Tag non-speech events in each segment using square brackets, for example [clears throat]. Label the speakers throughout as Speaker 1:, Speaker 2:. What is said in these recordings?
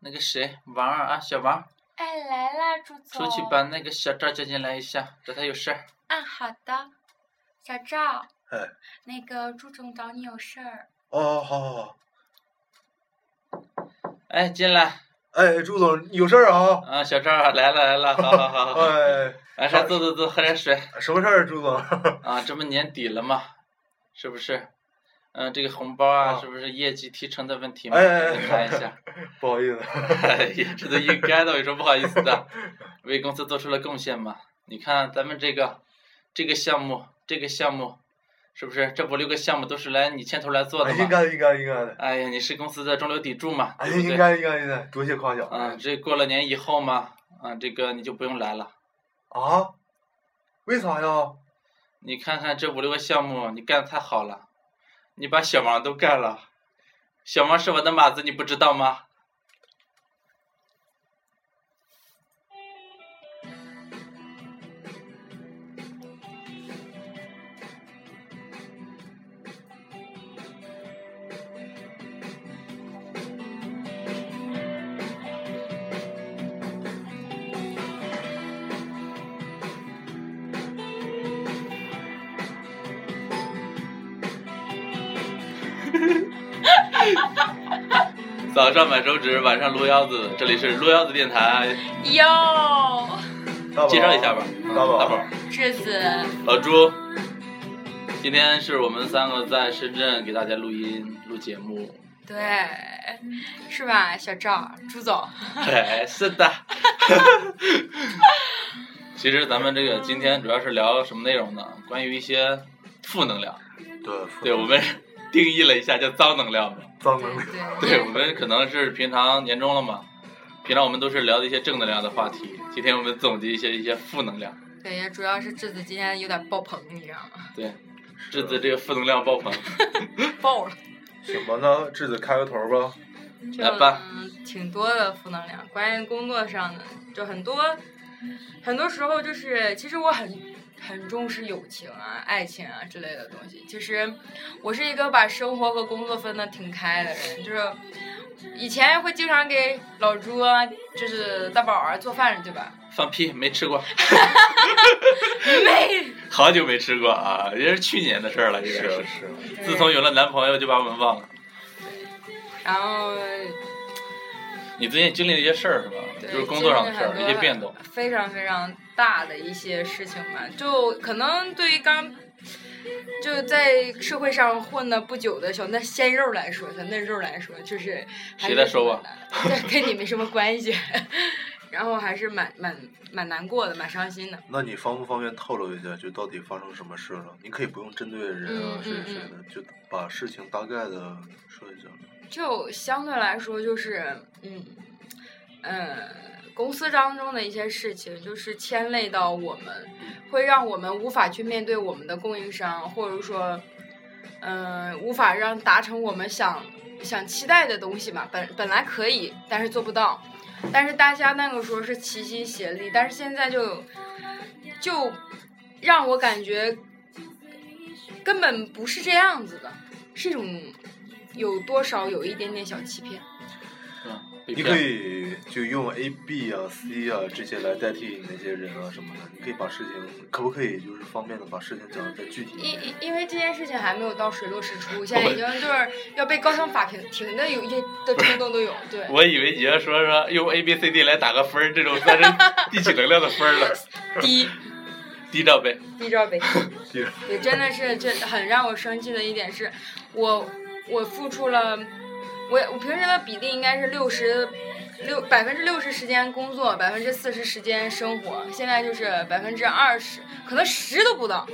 Speaker 1: 那个谁，王二啊，小王，
Speaker 2: 哎，来啦，朱
Speaker 1: 出
Speaker 2: 总。
Speaker 1: 去把那个小赵叫进来一下，找他有事儿。
Speaker 2: 啊，好的。小赵，
Speaker 3: 哎，
Speaker 2: 那个朱总找你有事儿。
Speaker 3: 哦，好好好，
Speaker 1: 哎，进来
Speaker 3: 哎，朱总有事儿啊？
Speaker 1: 啊，小赵来了来了，好好好好，
Speaker 3: 哎，
Speaker 1: 来上坐坐坐，喝点水
Speaker 3: 什么事儿，朱总？ [laughs]
Speaker 1: 啊。这不年底了嘛，是不是？嗯，这个红包啊，
Speaker 3: 啊
Speaker 1: 是不是业绩提成的问题嘛？
Speaker 3: 哎哎哎
Speaker 1: 得看一下。
Speaker 3: 不好意思，
Speaker 1: 哎呀， [laughs] 这都应该的，有什么不好意思的？为公司做出了贡献嘛。你看咱们这个这个项目，这个项目，是不是这五六个项目都是来你牵头来做的
Speaker 3: 哎应
Speaker 1: 嘛？
Speaker 3: 该的应该的应该的，
Speaker 1: 哎呀，你是公司的中流砥柱嘛，
Speaker 3: 哎，
Speaker 1: 对不
Speaker 3: 应
Speaker 1: 对？
Speaker 3: 该应该应该，多谢夸奖。
Speaker 1: 啊，这过了年以后嘛，啊，这个你就不用来了。
Speaker 3: 啊？为啥呀？
Speaker 1: 你看看这五六个项目，你干的太好了，你把小王都干了。小王是我的马子，你不知道吗？早上买手指，晚上撸腰子，这里是撸腰子电台，
Speaker 2: 哟，
Speaker 3: 大宝
Speaker 1: 介绍一下吧。
Speaker 3: 大
Speaker 1: 嗯
Speaker 3: 宝，
Speaker 1: 大宝。
Speaker 2: 智子，
Speaker 1: 老朱，今天是我们三个在深圳给大家录音录节目。
Speaker 2: 对，是吧？小赵，朱总，
Speaker 1: 哎，是的。其实咱们这个今天主要是聊什么内容呢？关于一些负能量。
Speaker 3: 对
Speaker 1: 对，我们定义了一下叫脏能量嘛。
Speaker 3: 脏
Speaker 2: 对
Speaker 3: 能量。
Speaker 2: 对
Speaker 1: 对，我们可能是平常年终了嘛，平常我们都是聊的一些正能量的话题。今天我们总结一些一些负能量。
Speaker 2: 对，也主要是智子今天有点爆棚，你知道吗？
Speaker 1: 对，这次这个负能量爆棚。
Speaker 2: 爆了，
Speaker 3: 行吧，那智子开个头吧。
Speaker 2: 就
Speaker 1: 来吧
Speaker 2: 嗯挺多的负能量，关于工作上的，就很多，很多时候就是，其实我很。很重视友情啊、爱情啊之类的东西。其实，我是一个把生活和工作分得挺开的人，就是以前会经常给老朱啊，就是大宝啊做饭，对吧？
Speaker 1: 放屁，没吃过，
Speaker 2: 没
Speaker 1: 好久没吃过啊，也是去年的事儿了，应该是。啊
Speaker 3: 是，啊
Speaker 1: 自从有了男朋友，就把我们忘了。
Speaker 2: [laughs] 然后
Speaker 1: 你最近经历了一些事儿是吧？
Speaker 2: 对
Speaker 1: 就是工作上的事儿，
Speaker 2: 经
Speaker 1: 一
Speaker 2: 历很多
Speaker 1: 些变动。
Speaker 2: 非常非常大的一些事情吧，就可能对于刚就在社会上混的不久的小嫩鲜肉来说，小嫩肉来说，就是
Speaker 1: 谁
Speaker 2: 还是
Speaker 1: 在说我
Speaker 2: 蛮难的？对，跟你没什么关系。 [laughs] 然后还是蛮蛮蛮难过的，蛮伤心的。
Speaker 3: 那你方不方便透露一下，就到底发生什么事了？你可以不用针对人啊，
Speaker 2: 嗯
Speaker 3: 谁
Speaker 2: 嗯
Speaker 3: 谁的，就把事情大概的说一下。
Speaker 2: 就相对来说，就是嗯嗯、公司当中的一些事情，就是牵累到我们，会让我们无法去面对我们的供应商，或者说，嗯、无法让达成我们想想期待的东西吧。本本来可以，但是做不到。但是大家那个时候是齐心协力，但是现在就就让我感觉根本不是这样子的，是一种有多少有一点点小欺骗。
Speaker 1: 是吧？被
Speaker 3: 嗯你
Speaker 1: 骗
Speaker 3: 可以就用 A、B 啊、C 啊这些来代替那些人啊什么的。你可以把事情，可不可以就是方便的把事情讲的再具体一
Speaker 2: 因
Speaker 3: 点？
Speaker 2: 因因为这件事情还没有到水落石出，现在已经就是要被告上法庭庭的有一的冲动都有。对，
Speaker 1: 我以为你要说说用 A B C D 来打个分儿，这种
Speaker 2: [laughs]
Speaker 1: 算是地起能量的分儿了，
Speaker 2: 低
Speaker 1: 低罩杯。
Speaker 2: 低罩
Speaker 1: [laughs]
Speaker 2: 杯。
Speaker 3: 第二
Speaker 2: 对，真的是这很让我生气的一点是，我我付出了，我我平时的比例应该是六十六百分之六十时间工作，百分之四十时间生活，现在就是百分之二十，可能十都不到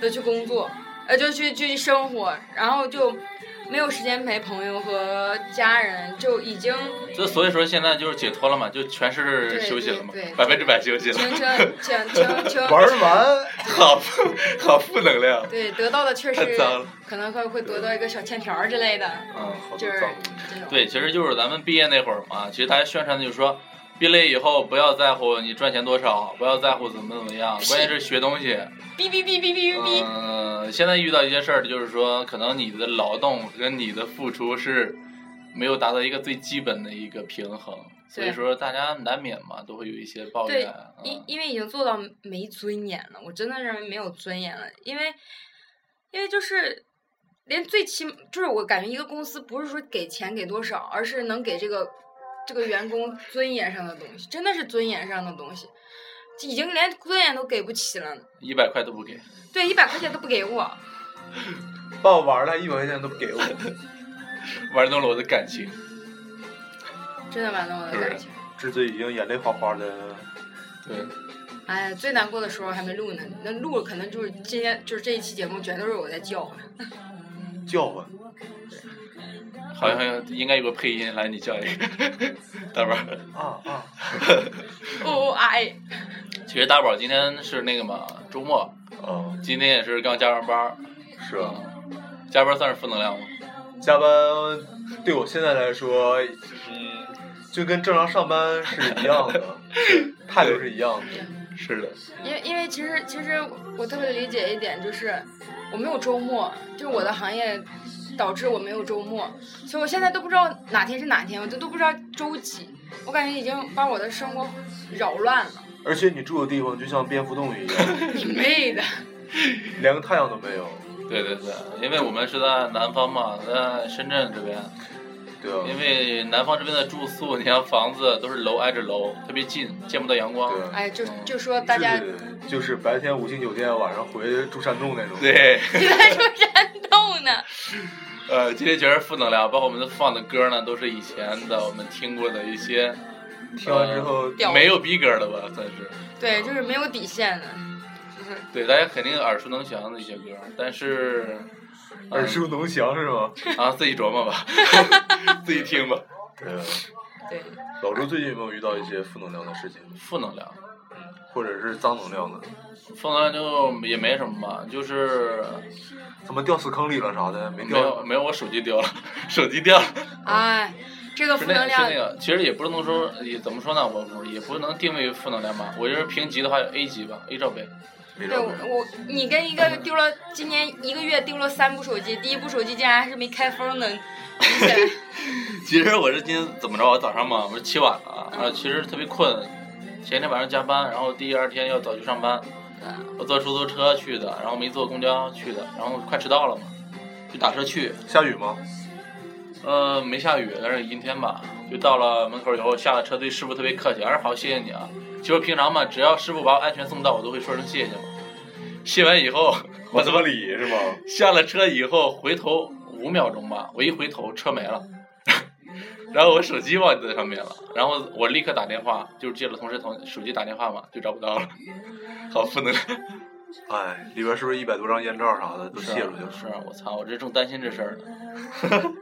Speaker 2: 的去工作，呃，就去去生活，然后就没有时间陪朋友和家人，就已经
Speaker 1: 这所以说现在就是解脱了嘛，就全是休息了嘛
Speaker 2: 对对对，
Speaker 1: 百分之百休息了。
Speaker 2: 停停停停停
Speaker 3: 玩儿完，
Speaker 1: 好负好负能量，
Speaker 2: 对，得到的确
Speaker 1: 太
Speaker 2: 实
Speaker 1: 脏了。
Speaker 2: 可能会会得到一个小欠条儿之类的，
Speaker 3: 啊，好
Speaker 2: 就
Speaker 3: 多
Speaker 2: 是
Speaker 3: 脏
Speaker 2: 这种。
Speaker 1: 对，其实就是咱们毕业那会儿嘛，其实大家宣传的就是说，毕业以后不要在乎你赚钱多少，不要在乎怎么怎么样，关键是学东西。
Speaker 2: 哔哔哔哔哔哔哔，
Speaker 1: 呃嗯、现在遇到一些事儿，就是说，可能你的劳动跟你的付出是没有达到一个最基本的一个平衡，所以
Speaker 2: 对
Speaker 1: 说大家难免嘛都会有一些抱
Speaker 2: 对
Speaker 1: 怨。
Speaker 2: 因
Speaker 1: 嗯
Speaker 2: 因为已经做到没尊严了，我真的认为没有尊严了，因为因为就是连最起就是我感觉一个公司不是说给钱给多少，而是能给这个这个员工尊严上的东西，真的是尊严上的东西，已经连尊严都给不起了，
Speaker 1: 一百块都不给，
Speaker 2: 对，一百块钱都不给我，
Speaker 3: 把我玩了，一毛钱都不给我。
Speaker 1: 玩弄了我的感情。
Speaker 2: 真的玩弄我的感情。
Speaker 3: 之所以已经眼泪哗哗的，
Speaker 1: 对，
Speaker 2: 哎，最难过的时候还没录呢，那录了可能就是今天就是这一期节目全都是我在叫唤。
Speaker 3: 叫唤，
Speaker 1: 好
Speaker 2: 嗯
Speaker 1: 像应该有个配音，来你叫一个，大宝。
Speaker 3: 啊啊，
Speaker 2: 哦哦啊哎，
Speaker 1: 其实大宝今天是那个嘛周末，
Speaker 3: 啊，
Speaker 1: 今天也是刚加完班儿，
Speaker 3: 是啊，
Speaker 1: 嗯加班儿算是负能量吗？
Speaker 3: 加班对我现在来说，嗯，就跟正常上班是一样的，态度是一样的。
Speaker 1: 是的，
Speaker 2: 因为因为其实其实我特别理解一点，就是我没有周末，就是我的行业导致我没有周末，所以我现在都不知道哪天是哪天，我都都不知道周几，我感觉已经把我的生活扰乱了。
Speaker 3: 而且你住的地方就像蝙蝠洞一样，
Speaker 2: 你妹的！
Speaker 3: 连个太阳都没有。
Speaker 1: 对对对，因为我们是在南方嘛，在深圳这边，
Speaker 3: 对啊，
Speaker 1: 因为南方这边的住宿，你像房子都是楼挨着楼，特别近，见不到阳光。
Speaker 3: 对，
Speaker 2: 哎，就就说大家
Speaker 3: 就是就是白天五星酒店，晚上回住山洞那种。，
Speaker 1: 对，
Speaker 2: 你在说山洞呢，
Speaker 1: 呃，今天全是负能量，包括我们放的歌呢，都是以前的我们听过的一些，
Speaker 3: 听完之后，
Speaker 2: 屌
Speaker 1: 没有逼格的吧，算是。
Speaker 2: 对，就是没有底线的。
Speaker 1: 对，大家肯定耳熟能详的一些歌，但是
Speaker 2: 嗯
Speaker 3: 耳熟能详是吗？
Speaker 1: 啊，自己琢磨吧，自己听吧。
Speaker 3: 对啊。
Speaker 2: 对，
Speaker 3: 老周最近有没有遇到一些负能量的事情，
Speaker 1: 负能量，
Speaker 3: 或者是脏能量的？
Speaker 1: 负能量就也没什么吧，就是
Speaker 3: 怎么掉死坑里了啥的？没
Speaker 1: 没有
Speaker 3: 掉。
Speaker 1: 没有我手机掉了，手机掉了。
Speaker 2: 哎，这 [laughs] 个
Speaker 1: 是
Speaker 2: 负
Speaker 1: 那
Speaker 2: 能
Speaker 1: 个是
Speaker 2: 量
Speaker 1: 那个，其实也不能说，也怎么说呢？我我也不能定位为负能量吧。我觉得评级的话有 A 级吧，A 罩杯。
Speaker 3: 没
Speaker 2: 对
Speaker 3: 着
Speaker 2: 我
Speaker 3: 没，
Speaker 2: 我你跟一个丢了今年一个月丢了三部手机，第一部手机竟然还是没开封呢，明显
Speaker 1: [laughs] 其实我是今天怎么着？我早上嘛，我是起晚了啊，啊，其实特别困。前天晚上加班，然后第二天要早去上班。我坐出租车去的，然后没坐公交去的，然后快迟到了嘛，就打车去。
Speaker 3: 下雨吗？
Speaker 1: 呃，没下雨，但是阴天吧。就到了门口以后，下了车对师傅特别客气，哎，好，谢谢你啊。其实平常嘛，只要师傅把我安全送到，我都会说声谢谢嘛。谢完以后，我他妈
Speaker 3: 理是吗？
Speaker 1: 下了车以后回头五秒钟吧，我一回头车没了，
Speaker 2: 嗯
Speaker 1: [laughs] 然后我手机忘记在上面了，然后我立刻打电话，就是借了同事同手机打电话嘛，就找不到了，[laughs]
Speaker 2: 嗯
Speaker 1: 好负能量。
Speaker 3: 哎，里边是不是一百多张烟罩啥的都泄出去了？
Speaker 1: 是啊，我操，我这正担心这事儿呢。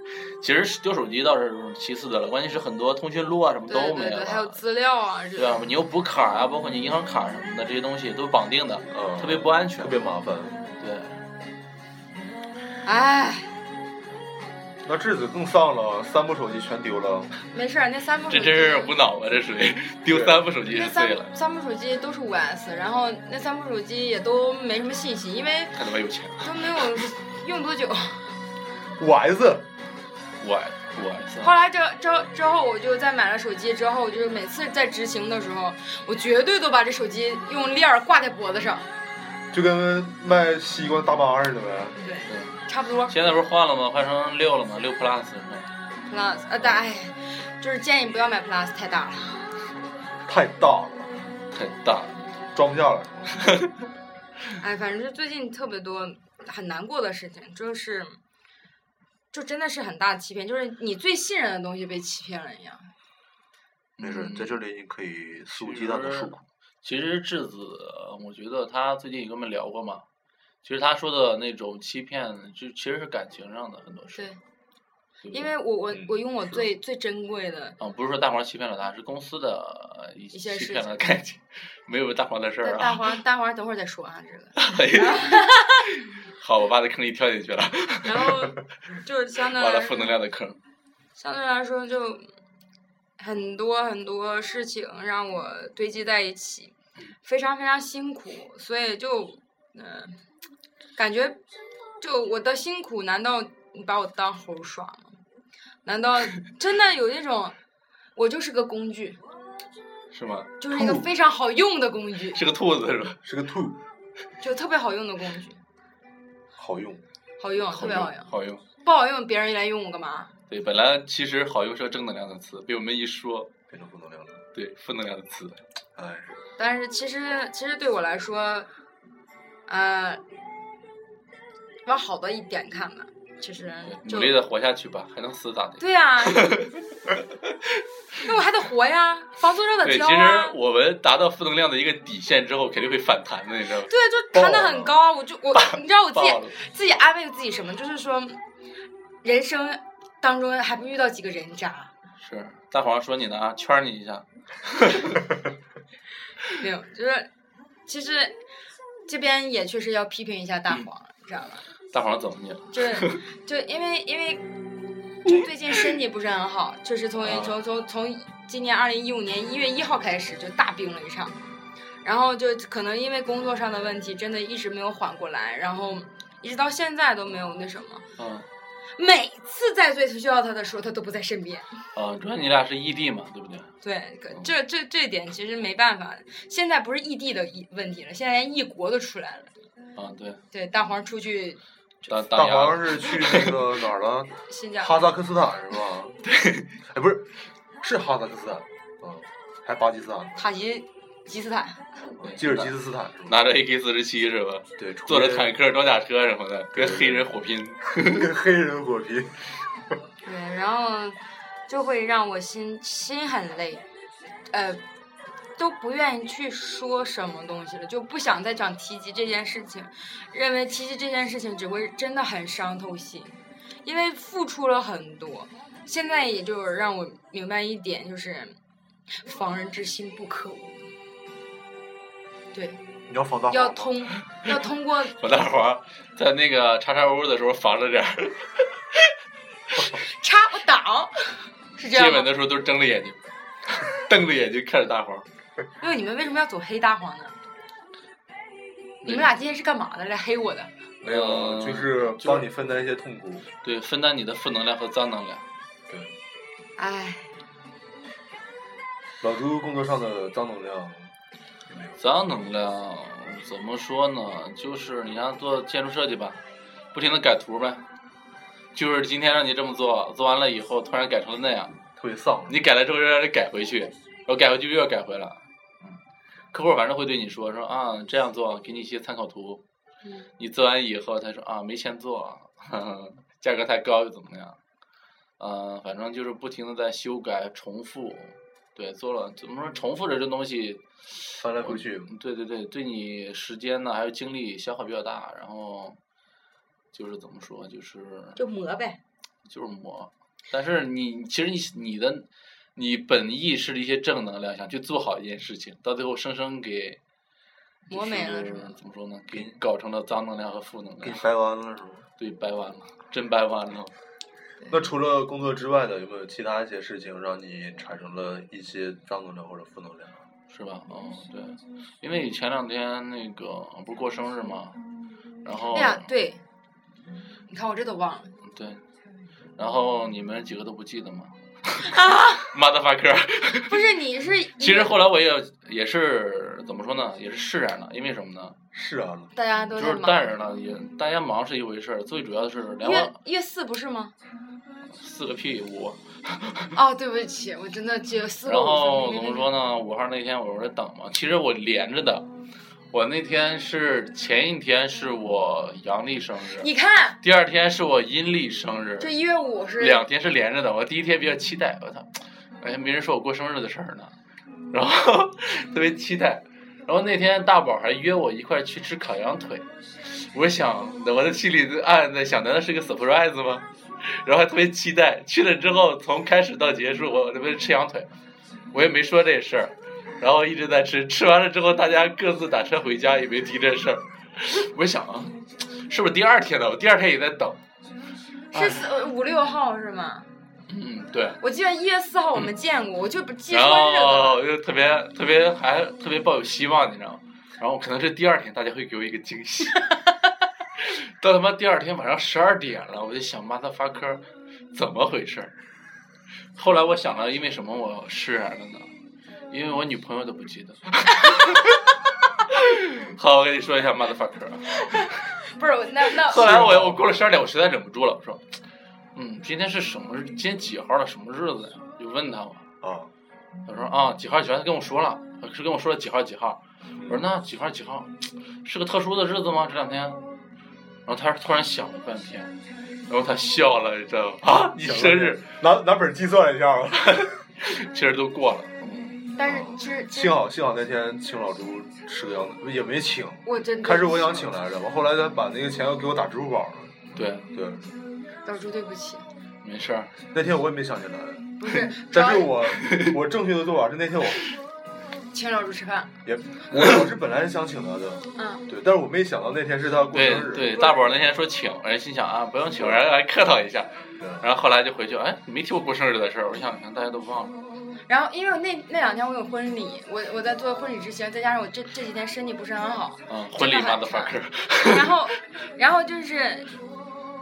Speaker 1: [laughs] 其实丢手机倒是其次的了，关键是很多通讯录啊什么都
Speaker 2: 对
Speaker 1: 没
Speaker 2: 对
Speaker 1: 了
Speaker 2: 对，。还有资料啊这
Speaker 1: 对啊，你又补卡啊，包括你银行卡什么的，这些东西都绑定的，
Speaker 3: 嗯，
Speaker 1: 特别不安全。
Speaker 3: 特别麻烦。
Speaker 1: 对，
Speaker 2: 哎，
Speaker 3: 那质子更丧了，三部手机全丢了。
Speaker 2: 没事儿，那三部手
Speaker 1: 这
Speaker 2: 机
Speaker 1: 真是无脑啊，这属于丢三部手机
Speaker 2: 那
Speaker 1: 是
Speaker 2: 三
Speaker 1: 对了，
Speaker 2: 三部手机都是五 S，然后那三部手机也都没什么信息，因为
Speaker 1: 太他妈有钱了。
Speaker 2: 都没有用多久。 [laughs]
Speaker 3: 五 S，
Speaker 1: 我我操
Speaker 2: 后来之之之后，我就再买了手机，之后就是每次在执行的时候，我绝对都把这手机用链儿挂在脖子上，
Speaker 3: 就跟卖西瓜大巴似的呗。
Speaker 2: 对，
Speaker 1: 对
Speaker 2: 差不多。
Speaker 1: 现在不是换了吗？换成六了吗？六 plus 是吧
Speaker 2: Plus，呃，但哎，就是建议不要买 Plus，太大了。
Speaker 3: 太大了，
Speaker 1: 太大了。
Speaker 3: 装不下来。
Speaker 2: 哎，反正就最近特别多很难过的事情，就是，就真的是很大的欺骗，就是你最信任的东西被欺骗了一样。
Speaker 3: 没事，在这里你可以肆无忌惮的诉苦。
Speaker 1: 其实质子，呃我觉得他最近也跟我们聊过嘛。其实他说的那种欺骗，就其实是感情上的很多事，
Speaker 2: 对，
Speaker 1: 对不
Speaker 2: 因
Speaker 1: 对
Speaker 2: 为我我
Speaker 3: 嗯
Speaker 2: 我用我
Speaker 3: 是
Speaker 2: 最最珍贵的，
Speaker 1: 啊，不是说大黄欺骗了他，是公司的呃一
Speaker 2: 一些
Speaker 1: 欺
Speaker 2: 事
Speaker 1: 骗了感情， [laughs] 没有大黄的事
Speaker 2: 大
Speaker 1: 儿
Speaker 2: 大
Speaker 1: 啊。哎
Speaker 2: 黄大黄，等会儿再说啊这个。
Speaker 1: [laughs] 好，我把这坑里跳进去了，[laughs]
Speaker 2: 然后就是相对
Speaker 1: 挖了
Speaker 2: 来
Speaker 1: 负
Speaker 2: 说
Speaker 1: 能量的坑。
Speaker 2: 相对来说就很多很多事情让我堆积在一起，非常非常辛苦，所以就嗯、呃感觉就我的辛苦，难道你把我当猴耍吗？难 [laughs] 道真的有那种，我就是个工具，
Speaker 1: 是吗？
Speaker 2: 就是一个
Speaker 3: 兔
Speaker 2: 非常好用的工具，
Speaker 1: 是个兔子是吧？
Speaker 3: 是个 two，
Speaker 2: 就特别好用的工具，
Speaker 3: 好用，
Speaker 2: 好用，特别好用。
Speaker 1: 好用。
Speaker 2: 不好用，别人来用我干嘛？
Speaker 1: 对，本来其实好用是个正能量的词，被我们一说，
Speaker 3: 变成负能量了。
Speaker 1: 对负能量的
Speaker 2: 哦
Speaker 1: 词。
Speaker 3: 哎，
Speaker 2: 但是其实其实对我来说，呃，往好的一点看吧，其实就
Speaker 1: 努力的活下去吧，还能死咋的？[laughs]
Speaker 2: 对呀、那我还得活呀，房租让得
Speaker 1: 对，
Speaker 2: 交
Speaker 1: 其
Speaker 2: 啊
Speaker 1: 实。我们达到负能量的一个底线之后，肯定会反弹的，你知道吗？
Speaker 2: 对，就谈的很高啊，我就我，你知道我自己
Speaker 1: 爆了，
Speaker 2: 自己安慰自己什么？就是说，人生当中还不遇到几个人渣，
Speaker 1: 是大黄说你呢啊，圈儿你一下，
Speaker 2: 没有，就是其实这边也确实要批评一下大
Speaker 1: 嗯
Speaker 2: 黄，你知道吧？
Speaker 1: 大黄怎么你了？
Speaker 2: 就是就因为因为就最近身体不是很好，就是从
Speaker 1: 啊
Speaker 2: 从从从今年二零一五年一月一号开始就大病了一场，然后就可能因为工作上的问题，真的一直没有缓过来，然后一直到现在都没有那什么。
Speaker 1: 嗯
Speaker 2: 每次再最需要他的时候，他都不在身边。
Speaker 1: 啊，主要你俩是异地嘛，对不对？
Speaker 2: 对，可这这这点其实没办法，现在不是异地的异问题了，现在连异国都出来了。
Speaker 1: 啊，对，
Speaker 2: 对，大黄出去
Speaker 1: 当当
Speaker 3: 大
Speaker 1: 牙
Speaker 3: 黄是去那个哪儿
Speaker 2: [laughs]
Speaker 3: 了？
Speaker 2: 新疆，
Speaker 3: 哈萨克斯坦是吧？对，哎，不是，是哈萨克斯坦，嗯，还巴基斯坦，
Speaker 2: 塔吉吉斯坦。
Speaker 3: 吉尔吉斯斯坦是吧？
Speaker 1: 拿着 AK 四十七是吧？
Speaker 3: 对，
Speaker 1: 坐着
Speaker 3: 出
Speaker 1: 坦
Speaker 3: 面
Speaker 1: 克、装甲车什么的，跟
Speaker 3: 对对
Speaker 1: 黑人火拼。
Speaker 3: [laughs] 跟黑人火拼，
Speaker 2: 对，然后就会让我心心很累，呃，都不愿意去说什么东西了，就不想再讲提及这件事情，认为提及这件事情只会真的很伤透心，因为付出了很多。现在也就是让我明白一点，就是防人之心不可无。对，
Speaker 3: 你要防大黄
Speaker 2: 要
Speaker 3: 吗
Speaker 2: 通，要通过
Speaker 1: 我大黄在那个叉叉 O 的时候防着点儿，
Speaker 2: 插我挡， [laughs] 是
Speaker 1: 接
Speaker 2: 这样
Speaker 1: 吻
Speaker 2: 吗？
Speaker 1: 的时候都是睁着眼睛，瞪着眼睛看着大黄。
Speaker 2: 因为你们为什么要走黑大黄呢？你们俩今天是干嘛的？来黑我的？
Speaker 3: 没有，
Speaker 1: 嗯
Speaker 3: 就是帮你分担一些痛苦。
Speaker 1: 对分担你的负能量和脏能量。
Speaker 3: 对，
Speaker 2: 哎，
Speaker 3: 老朱工作上的脏能量有没有？
Speaker 1: 脏能量怎么说呢？就是你像做建筑设计吧，不停的改图呗。就是今天让你这么做，做完了以后突然改成了那样，
Speaker 3: 特别丧，
Speaker 1: 你改了之后又让人改回去，然后改回去又要改回来。嗯，客户反正会对你说说啊，这样做给你一些参考图。
Speaker 2: 嗯，
Speaker 1: 你做完以后，他说啊，没钱做， [laughs] 呵呵价格太高又怎么样？嗯、反正就是不停的在修改、重复。对，做了怎么说？重复着这东西，
Speaker 3: 翻来覆去，
Speaker 1: 对对对，对你时间呢还有精力消耗比较大，然后就是怎么说，就是
Speaker 2: 就磨呗。
Speaker 1: 就是磨。但是你其实你你的你本意是一些正能量，想去做好一件事情，到最后生生给就
Speaker 2: 磨没了
Speaker 1: 是
Speaker 2: 是吗
Speaker 1: 怎么说呢？给搞成了脏能量和负能
Speaker 3: 给
Speaker 1: 量
Speaker 3: 你，掰弯了是吗？
Speaker 1: 对，掰弯了，真掰弯了。
Speaker 3: 那除了工作之外的，有没有其他一些事情让你产生了一些脏能量或者负能量？
Speaker 1: 是吧？嗯，对，因为前两天那个不是过生日嘛，然后
Speaker 2: 哎呀，对，你看我这都忘了。 [laughs]
Speaker 1: 对，然后你们几个都不记得吗？妈的发科，
Speaker 2: [laughs] 不是，你是
Speaker 1: 其实后来我也也是怎么说呢，也是释然了，因为什么呢？
Speaker 3: 释然了，
Speaker 2: 大家
Speaker 1: 就
Speaker 2: 都在
Speaker 1: 是
Speaker 2: 忙。
Speaker 1: 淡然了，也大家忙是一回事儿，最主要的是连
Speaker 2: 月
Speaker 1: 我
Speaker 2: 月四不是吗？
Speaker 1: 四个屁股。
Speaker 2: 哦，对不起，我真的只有四
Speaker 1: 然
Speaker 2: 个五
Speaker 1: 后
Speaker 2: 分
Speaker 1: 怎
Speaker 2: 钟。
Speaker 1: 么说呢？五号那天我说等嘛，其实我连着的，我那天是前一天是我阳历生日，
Speaker 2: 你看，
Speaker 1: 第二天是我阴历生日，
Speaker 2: 这一月五是
Speaker 1: 两天是连着的。我第一天比较期待，我操，哎，没人说我过生日的事儿呢，然后特别期待。然后那天大宝还约我一块儿去吃烤羊腿，我想，我的心里暗暗在想，难道是个 surprise 吗？然后还特别期待，去了之后从开始到结束，我这边吃羊腿，我也没说这事儿，然后一直在吃，吃完了之后大家各自打车回家，也没提这事儿。 [laughs] 我想啊，是不是第二天呢？我第二天也在等，
Speaker 2: 是四
Speaker 1: 哎
Speaker 2: 呃五六号是吗？
Speaker 1: 嗯，对。
Speaker 2: 我记得一月四号我们见过，我就不记
Speaker 1: 嗯然
Speaker 2: 错日子了。
Speaker 1: 后就特别特别还特别抱有希望，你知道吗？然后可能是第二天大家会给我一个惊喜。到他妈第二天晚上十二点了，我就想妈他发科，怎么回事儿？后来我想了，因为什么我释然了呢？因为我女朋友都不记得。好，我跟你说一下 motherfucker 啊。
Speaker 2: 不是那那
Speaker 1: 后来我我过了十二点，我实在忍不住了，我说，嗯，今天是什么日？今天几号了？什么日子呀？就问他我，
Speaker 3: 啊，
Speaker 1: 他说啊几号几号？他跟我说了，是跟我说了几号几号。我说那几号几号是个特殊的日子吗？这两天，然后他突然想了半天，然后他笑了，你知
Speaker 3: [laughs]
Speaker 1: 道吗？啊，你生日
Speaker 3: 拿拿本儿计算一下吧。
Speaker 1: 其实都过了。
Speaker 2: 但是其实其
Speaker 3: [laughs] 幸
Speaker 2: 实
Speaker 3: 好幸好那天请老朱吃个羊腿，也没请。
Speaker 2: 我真的
Speaker 3: 开始我想请来着，完后来他把那个钱又给我打支付宝了。
Speaker 1: 对，
Speaker 3: 对，
Speaker 2: 嗯导致对不起，
Speaker 1: 没事儿。
Speaker 3: 那天我也没想起来， [laughs]
Speaker 2: 不是主要
Speaker 3: 但是
Speaker 2: [laughs]
Speaker 3: 我我正确的做法是那天我
Speaker 2: 请老朱吃饭，
Speaker 3: 也我我是本来是想请他的，
Speaker 2: 嗯，
Speaker 3: 对，但是我没想到那天是他过
Speaker 1: 对
Speaker 3: 生日。
Speaker 1: 对，大宝那天说请，哎，心想啊不用请，然后还客套一下，
Speaker 3: 对
Speaker 1: 然后后来就回去，哎，你没提我过生日的事儿，我想想大家都忘了。
Speaker 2: 嗯然后因为那那两天我有婚礼，我我在做婚礼之前，再加上我这这几天身体不是很好，
Speaker 1: 嗯，婚礼
Speaker 2: 真的很
Speaker 1: motherfucker，
Speaker 2: 然后然后就是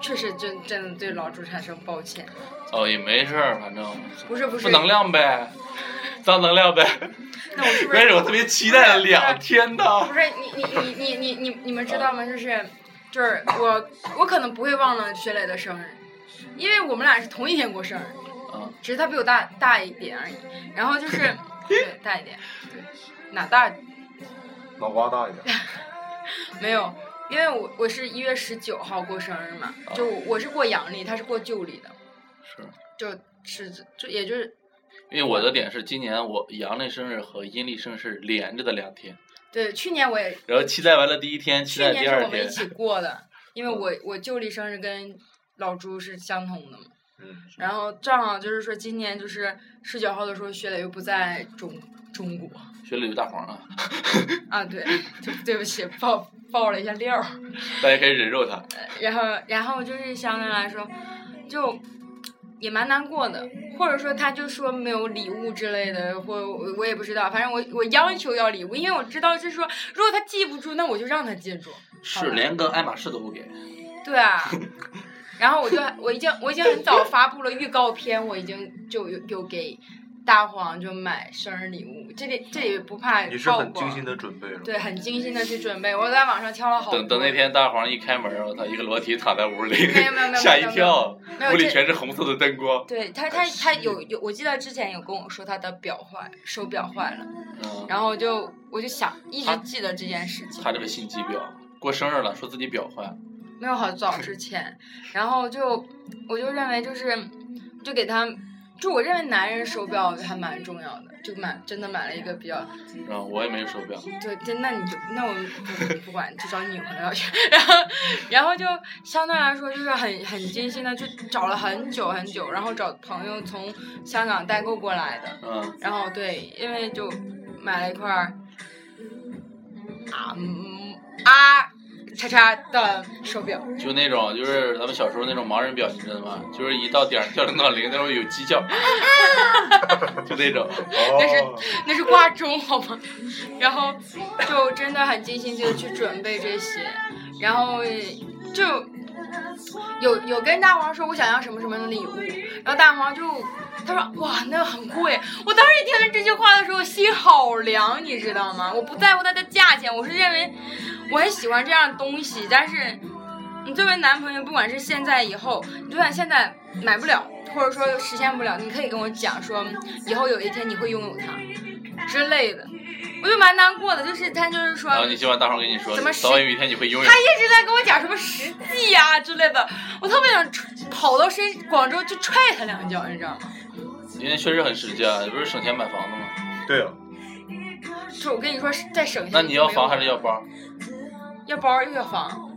Speaker 2: 确实真真的对老朱产生抱歉，
Speaker 1: [laughs] 哦也没事儿，反正
Speaker 2: 不是不是
Speaker 1: 负，能量呗，脏能量呗。
Speaker 2: 那我是不
Speaker 1: 没事，
Speaker 2: 是
Speaker 1: 我特别期待了两天呢
Speaker 2: 不。是你你你你你你你们知道吗？就是就是我我可能不会忘了薛磊的生日，因为我们俩是同一天过生日。
Speaker 1: 嗯，
Speaker 2: 只是他比我大大一点而已。然后就是，对，大一点，对，哪大
Speaker 3: 脑瓜大
Speaker 2: [laughs]
Speaker 3: 一点。
Speaker 2: 没有，因为我我是一月十九号过生日嘛，
Speaker 1: 哦
Speaker 2: 就我是过阳历，他是过旧历的，
Speaker 1: 是
Speaker 2: 就是就也就是
Speaker 1: 因为我的点是今年我阳历生日和阴历生日是连着的两天，
Speaker 2: 对，去年我也
Speaker 1: 然后期待完了第一天，期
Speaker 2: 去
Speaker 1: 待
Speaker 2: 年
Speaker 1: 第
Speaker 2: 是
Speaker 1: 二
Speaker 2: 我们一
Speaker 1: 天。嗯
Speaker 2: 起过
Speaker 1: [laughs]
Speaker 2: 的，因为我我旧历生日跟老朱是相同的嘛。
Speaker 3: 嗯，
Speaker 2: 然后正好就是说，今年就是十九号的时候，薛磊又不在中中国
Speaker 1: 学了有大黄啊，
Speaker 2: 啊，对， [laughs] 对对不起，爆爆了一下料儿。
Speaker 1: 大家可以忍受他。
Speaker 2: 然后，然后就是相对来说，就也蛮难过的，或者说他就说没有礼物之类的，或我我也不知道，反正我我央求要礼物，因为我知道是说，如果他记不住，那我就让他记住，好
Speaker 1: 是
Speaker 2: 吧
Speaker 1: 连个爱马仕都不给。
Speaker 3: [laughs]
Speaker 2: 对啊。然后我就我已经我已经很早发布了预告片，我已经就有有给大黄就买生日礼物，这里这里不怕
Speaker 3: 你是
Speaker 2: 曝
Speaker 3: 很精
Speaker 2: 光
Speaker 3: 心，的准备了。哦
Speaker 2: 对，很精心的去准备，我在网上挑了好多。
Speaker 1: 等等那天大黄一开门，我操，一个裸体躺在屋里
Speaker 2: 哦没有没有没有，没
Speaker 1: [laughs]
Speaker 2: 有
Speaker 1: 吓一跳，
Speaker 2: 没有
Speaker 1: 屋里
Speaker 2: 这
Speaker 1: 全是红色的灯光。
Speaker 2: 对他，他他有有，我记得之前有跟我说他的表坏，手表坏了，
Speaker 1: 嗯，
Speaker 2: 然后我就我就想一
Speaker 1: 他
Speaker 2: 直记得这件事情，
Speaker 1: 他这个心机婊，过生日了说自己表坏，
Speaker 2: 没有好早之前，然后就我就认为就是就给他，就我认为男人手表还蛮重要的，就买真的买了一个比较，
Speaker 1: 然后我也没手表。
Speaker 2: 对，真那你就那我不不管，就找你女朋友去， [laughs] 然后然后就相对来说就是很很精心的去找了很久很久，然后找朋友从香港代购过来的。
Speaker 1: 嗯，
Speaker 2: 然后对，因为就买了一块儿啊嗯啊叉叉的手表，
Speaker 1: 就那种就是咱们小时候那种盲人表，你知道吗？就是一到点儿掉零到零，那时候有鸡叫，就那种。
Speaker 3: 哦，
Speaker 2: 那是挂钟好吗？ [laughs] 然后就真的很精心的去准备这些，然后就有有跟大黄说我想要什么什么礼物，然后大黄就。他说：“哇，那很贵！”我当时听了这句话的时候，心好凉，你知道吗？我不在乎它的价钱，我是认为我很喜欢这样的东西，但是你作为男朋友，不管是现在以后，你就算现在买不了，或者说实现不了，你可以跟我讲说，以后有一天你会拥有它之类的。我就蛮难过的，就是他就是说，
Speaker 1: 然后你希望大黄跟你说
Speaker 2: 怎么，是
Speaker 1: 早晚有一天你会拥有
Speaker 2: 他。一直在跟我讲什么实际呀、之类的，我特别想出跑到深广州去踹他两脚，你知道吗？
Speaker 1: 因为确实很实际啊，你不是省钱买房子吗？
Speaker 3: 对啊，
Speaker 2: 就是我跟你说，再省下
Speaker 1: 那你要房还是
Speaker 2: 要
Speaker 1: 要包？
Speaker 2: 要包又要房？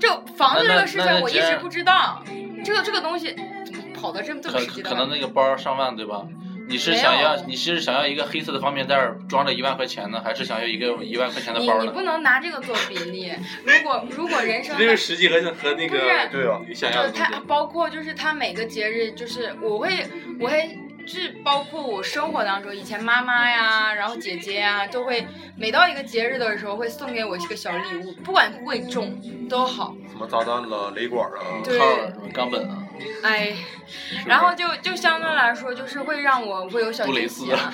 Speaker 2: 这个房子这
Speaker 1: 那
Speaker 2: 个事
Speaker 1: 那
Speaker 2: 情我
Speaker 1: 既
Speaker 2: 一直
Speaker 1: 然
Speaker 2: 不知道，这个这个东西怎么跑到这么这么
Speaker 1: 可
Speaker 2: 实际的
Speaker 1: 可
Speaker 2: 话
Speaker 1: 能
Speaker 2: 题？
Speaker 1: 那个包上万对吧？你是
Speaker 2: 没
Speaker 1: 想要
Speaker 2: 有
Speaker 1: 你是想要一个黑色的方便袋儿装着一万块钱呢，还是想要一个一万块钱的
Speaker 2: 你
Speaker 1: 包
Speaker 2: 你
Speaker 1: 呢
Speaker 2: 不？能拿这个做比例。如果如果人生
Speaker 1: 这个实际和和那
Speaker 2: 不是
Speaker 1: 个
Speaker 3: 对啊，
Speaker 1: 你想要
Speaker 2: 就
Speaker 1: 的
Speaker 2: 是
Speaker 1: 东西
Speaker 2: 他，包括就是他每个节日，就是我会我会就是包括我生活当中，以前妈妈呀，然后姐姐呀，都会每到一个节日的时候会送给我一个小礼物，不管贵重都好。
Speaker 3: 什么炸弹了、雷管啊，
Speaker 2: 对
Speaker 1: 套儿什么钢本啊，
Speaker 2: 哎，然后就就相对来说，就是会让我会有小
Speaker 1: 布雷
Speaker 2: 惊
Speaker 1: 斯
Speaker 2: 喜
Speaker 1: [laughs]
Speaker 2: 啊。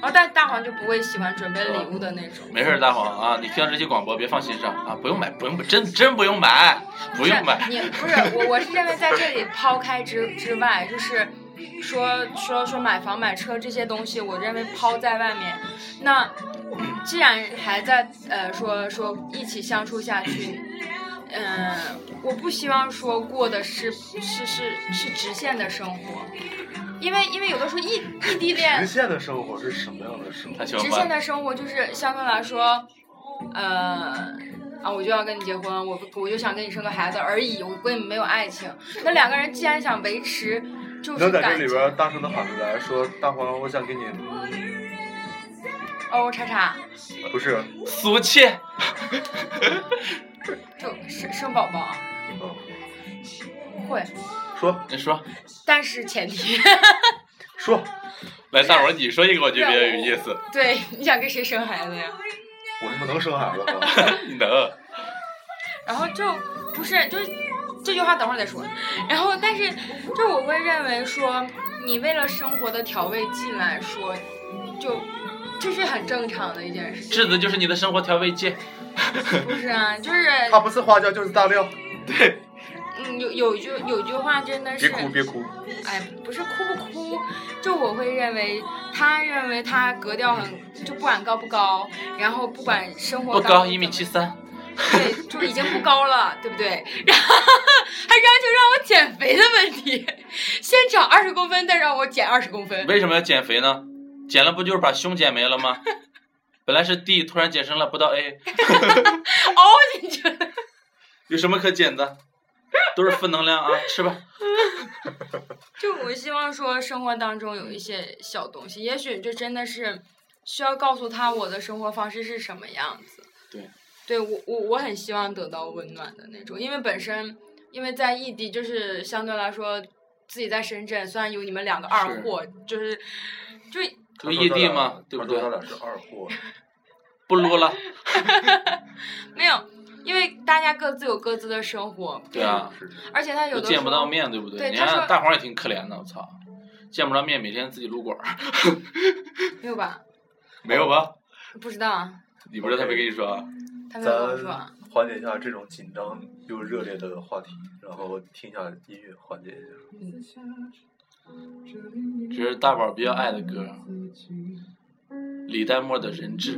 Speaker 2: 然后但大黄就不会喜欢准备礼物的那种。
Speaker 1: 没事儿，大黄啊，你听到这期广播别放心上啊，不用买，不用买，真真不用买，不用买。
Speaker 2: 你不是我，我是认为在这里抛开之之外，就是说说说买房买车这些东西，我认为抛在外面。那既然还在呃说说一起相处下去，嗯、我不希望说过的是是是是直线的生活，因为因为有的时候异异地恋
Speaker 3: 直线的生活是什么样的生活
Speaker 1: 他？喜
Speaker 2: 直
Speaker 1: 欢
Speaker 2: 线
Speaker 1: 换，
Speaker 2: 的生活就是相对来说，呃，啊，我就要跟你结婚，我我就想跟你生个孩子而已，我跟你没有爱情。那两个人既然想维持，就是
Speaker 3: 能在
Speaker 2: 感
Speaker 3: 这里
Speaker 2: 情。
Speaker 3: 边大声的喊出来说：“大黄，我想给你，
Speaker 2: 哦，叉叉，
Speaker 3: 不是，
Speaker 1: 俗气。
Speaker 2: 就生生宝宝
Speaker 3: 嗯，
Speaker 2: 会，
Speaker 3: 说
Speaker 1: 你说，
Speaker 2: 但是前提， [laughs]
Speaker 3: 说，
Speaker 1: 来，大伙儿你说一个，我觉得比较有意思。
Speaker 2: 对，你想跟谁生孩子呀？
Speaker 3: 我他妈能生孩子吗？
Speaker 2: [laughs]
Speaker 1: 你能，
Speaker 2: 然后就不是就是这句话等会儿再说，然后但是就我会认为说，你为了生活的调味剂来说，就这是很正常的一件事情。
Speaker 1: 质子就是你的生活调味剂。
Speaker 2: [laughs] 不是啊，就是
Speaker 3: 它不是花椒就是大料，
Speaker 1: 对，
Speaker 2: 嗯，有有句有句话真的
Speaker 3: 别
Speaker 2: 是，
Speaker 3: 哭别哭，
Speaker 2: 哎，不是哭不哭，就我会认为，他认为他格调很，就不管高不高，然后不管生活
Speaker 1: 不高，
Speaker 2: 度
Speaker 1: 一米
Speaker 2: 怎么
Speaker 1: 七三。
Speaker 2: 对，就已经不高了，对不对？然后 [laughs] 还要求让我减肥的问题，现场二十公分，再让我减二十公分，
Speaker 1: 为什么要减肥呢？减了不就是把胸减没了吗？本来是 D，突然减成了不到 A，
Speaker 2: 凹进去了。
Speaker 1: 有什么可减的？都是负能量啊！吃吧。
Speaker 2: 就我希望说，生活当中有一些小东西，也许这真的是需要告诉他我的生活方式是什么样子。
Speaker 1: 对，
Speaker 2: 对我我我很希望得到温暖的那种，因为本身因为在异地，就是相对来说自己在深圳，虽然有你们两个二
Speaker 1: 是
Speaker 2: 货，就是就
Speaker 1: 就异地嘛，对不对
Speaker 3: 他？说咱俩是二货，
Speaker 1: 不撸了。
Speaker 2: 没有，因为大家各自有各自的生活，嗯
Speaker 1: 对啊，
Speaker 3: 是
Speaker 2: 而且他有
Speaker 1: 都
Speaker 2: 的
Speaker 1: 见不
Speaker 2: 时候
Speaker 1: 到面，对不
Speaker 2: 对
Speaker 1: 你
Speaker 2: 他说
Speaker 1: 看大黄也挺可怜的，我操，见不着面，每天自己撸管儿，
Speaker 2: 没有吧？
Speaker 1: 没有吧？
Speaker 2: 不知道啊，
Speaker 1: [laughs] 你不知道他没跟你说啊？
Speaker 2: 他没有跟我说啊
Speaker 3: 咱。缓解一下这种紧张又热烈的话题，然后听一下音乐缓解一下。
Speaker 1: 这是大宝比较爱的歌，李代沫的《人质》。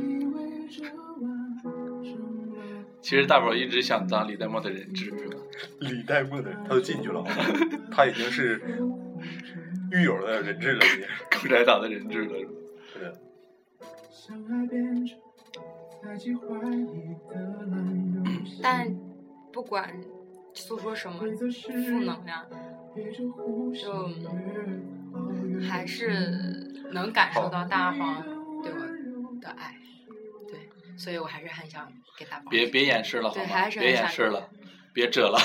Speaker 1: 其实大宝一直想当李代沫的人质，是吧？
Speaker 3: 李代沫的，
Speaker 2: 嗯
Speaker 3: 他都进去了， [laughs] 好吗他已经是狱友的人质了， [laughs] 已经。
Speaker 1: 共产党的人质了，是吧？
Speaker 3: 是的
Speaker 2: 但不管诉说什么负能量，就还
Speaker 1: 嗯
Speaker 2: 是能感受到大黄对我的爱，对，所以我还是很想给大黄，
Speaker 1: 别
Speaker 2: [laughs]
Speaker 1: 别掩饰了，好
Speaker 2: 对
Speaker 1: 吗
Speaker 2: 还？是很
Speaker 1: 别掩饰了，别遮了。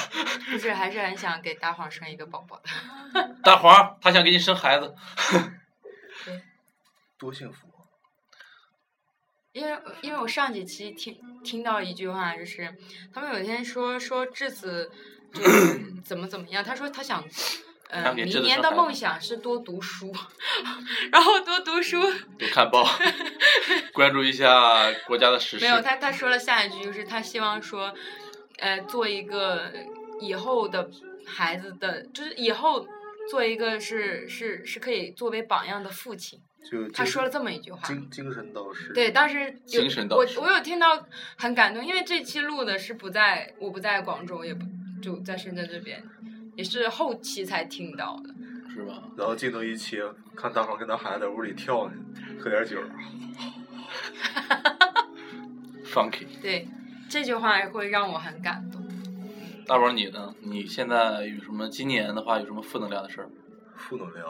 Speaker 2: 不是还是很想给大黄生一个宝宝的。
Speaker 1: 大黄，他想给你生孩子，
Speaker 3: 多幸福啊！
Speaker 2: 因为因为我上几期听听到一句话，就是他们有一天说说质子就是
Speaker 1: [clears throat]
Speaker 2: 怎么怎么样，他说他想，
Speaker 1: 他
Speaker 2: 呃，
Speaker 1: 给质
Speaker 2: 明
Speaker 1: 子
Speaker 2: 年
Speaker 1: 生
Speaker 2: 的
Speaker 1: 孩
Speaker 2: 梦
Speaker 1: 子
Speaker 2: 想是多读书， [laughs] 然后多读书
Speaker 1: 别看
Speaker 2: [laughs]
Speaker 1: 报，关注一下国家的时事
Speaker 2: 没。有他他说了下一句就是他希望说，呃，做一个以后的孩子的，就是以后做一个是是是可以作为榜样的父亲，
Speaker 3: 就
Speaker 2: 他
Speaker 3: 精
Speaker 2: 说了这么一句话。
Speaker 3: 精精神导师。
Speaker 2: 对，当时有
Speaker 1: 精神导
Speaker 2: 我
Speaker 1: 师
Speaker 2: 我有听到很感动，因为这期录的是不在我不在广州，也不就在深圳这边，也是后期才听到的。
Speaker 1: 是吧？
Speaker 3: 然后镜头一切，看大黄跟他孩子在屋里跳呢，喝点酒。
Speaker 1: funky。
Speaker 2: 对，这句话会让我很感动。
Speaker 1: 大宝，你呢？你现在有什么？今年的话有什么负能量的事儿？
Speaker 3: 负能量，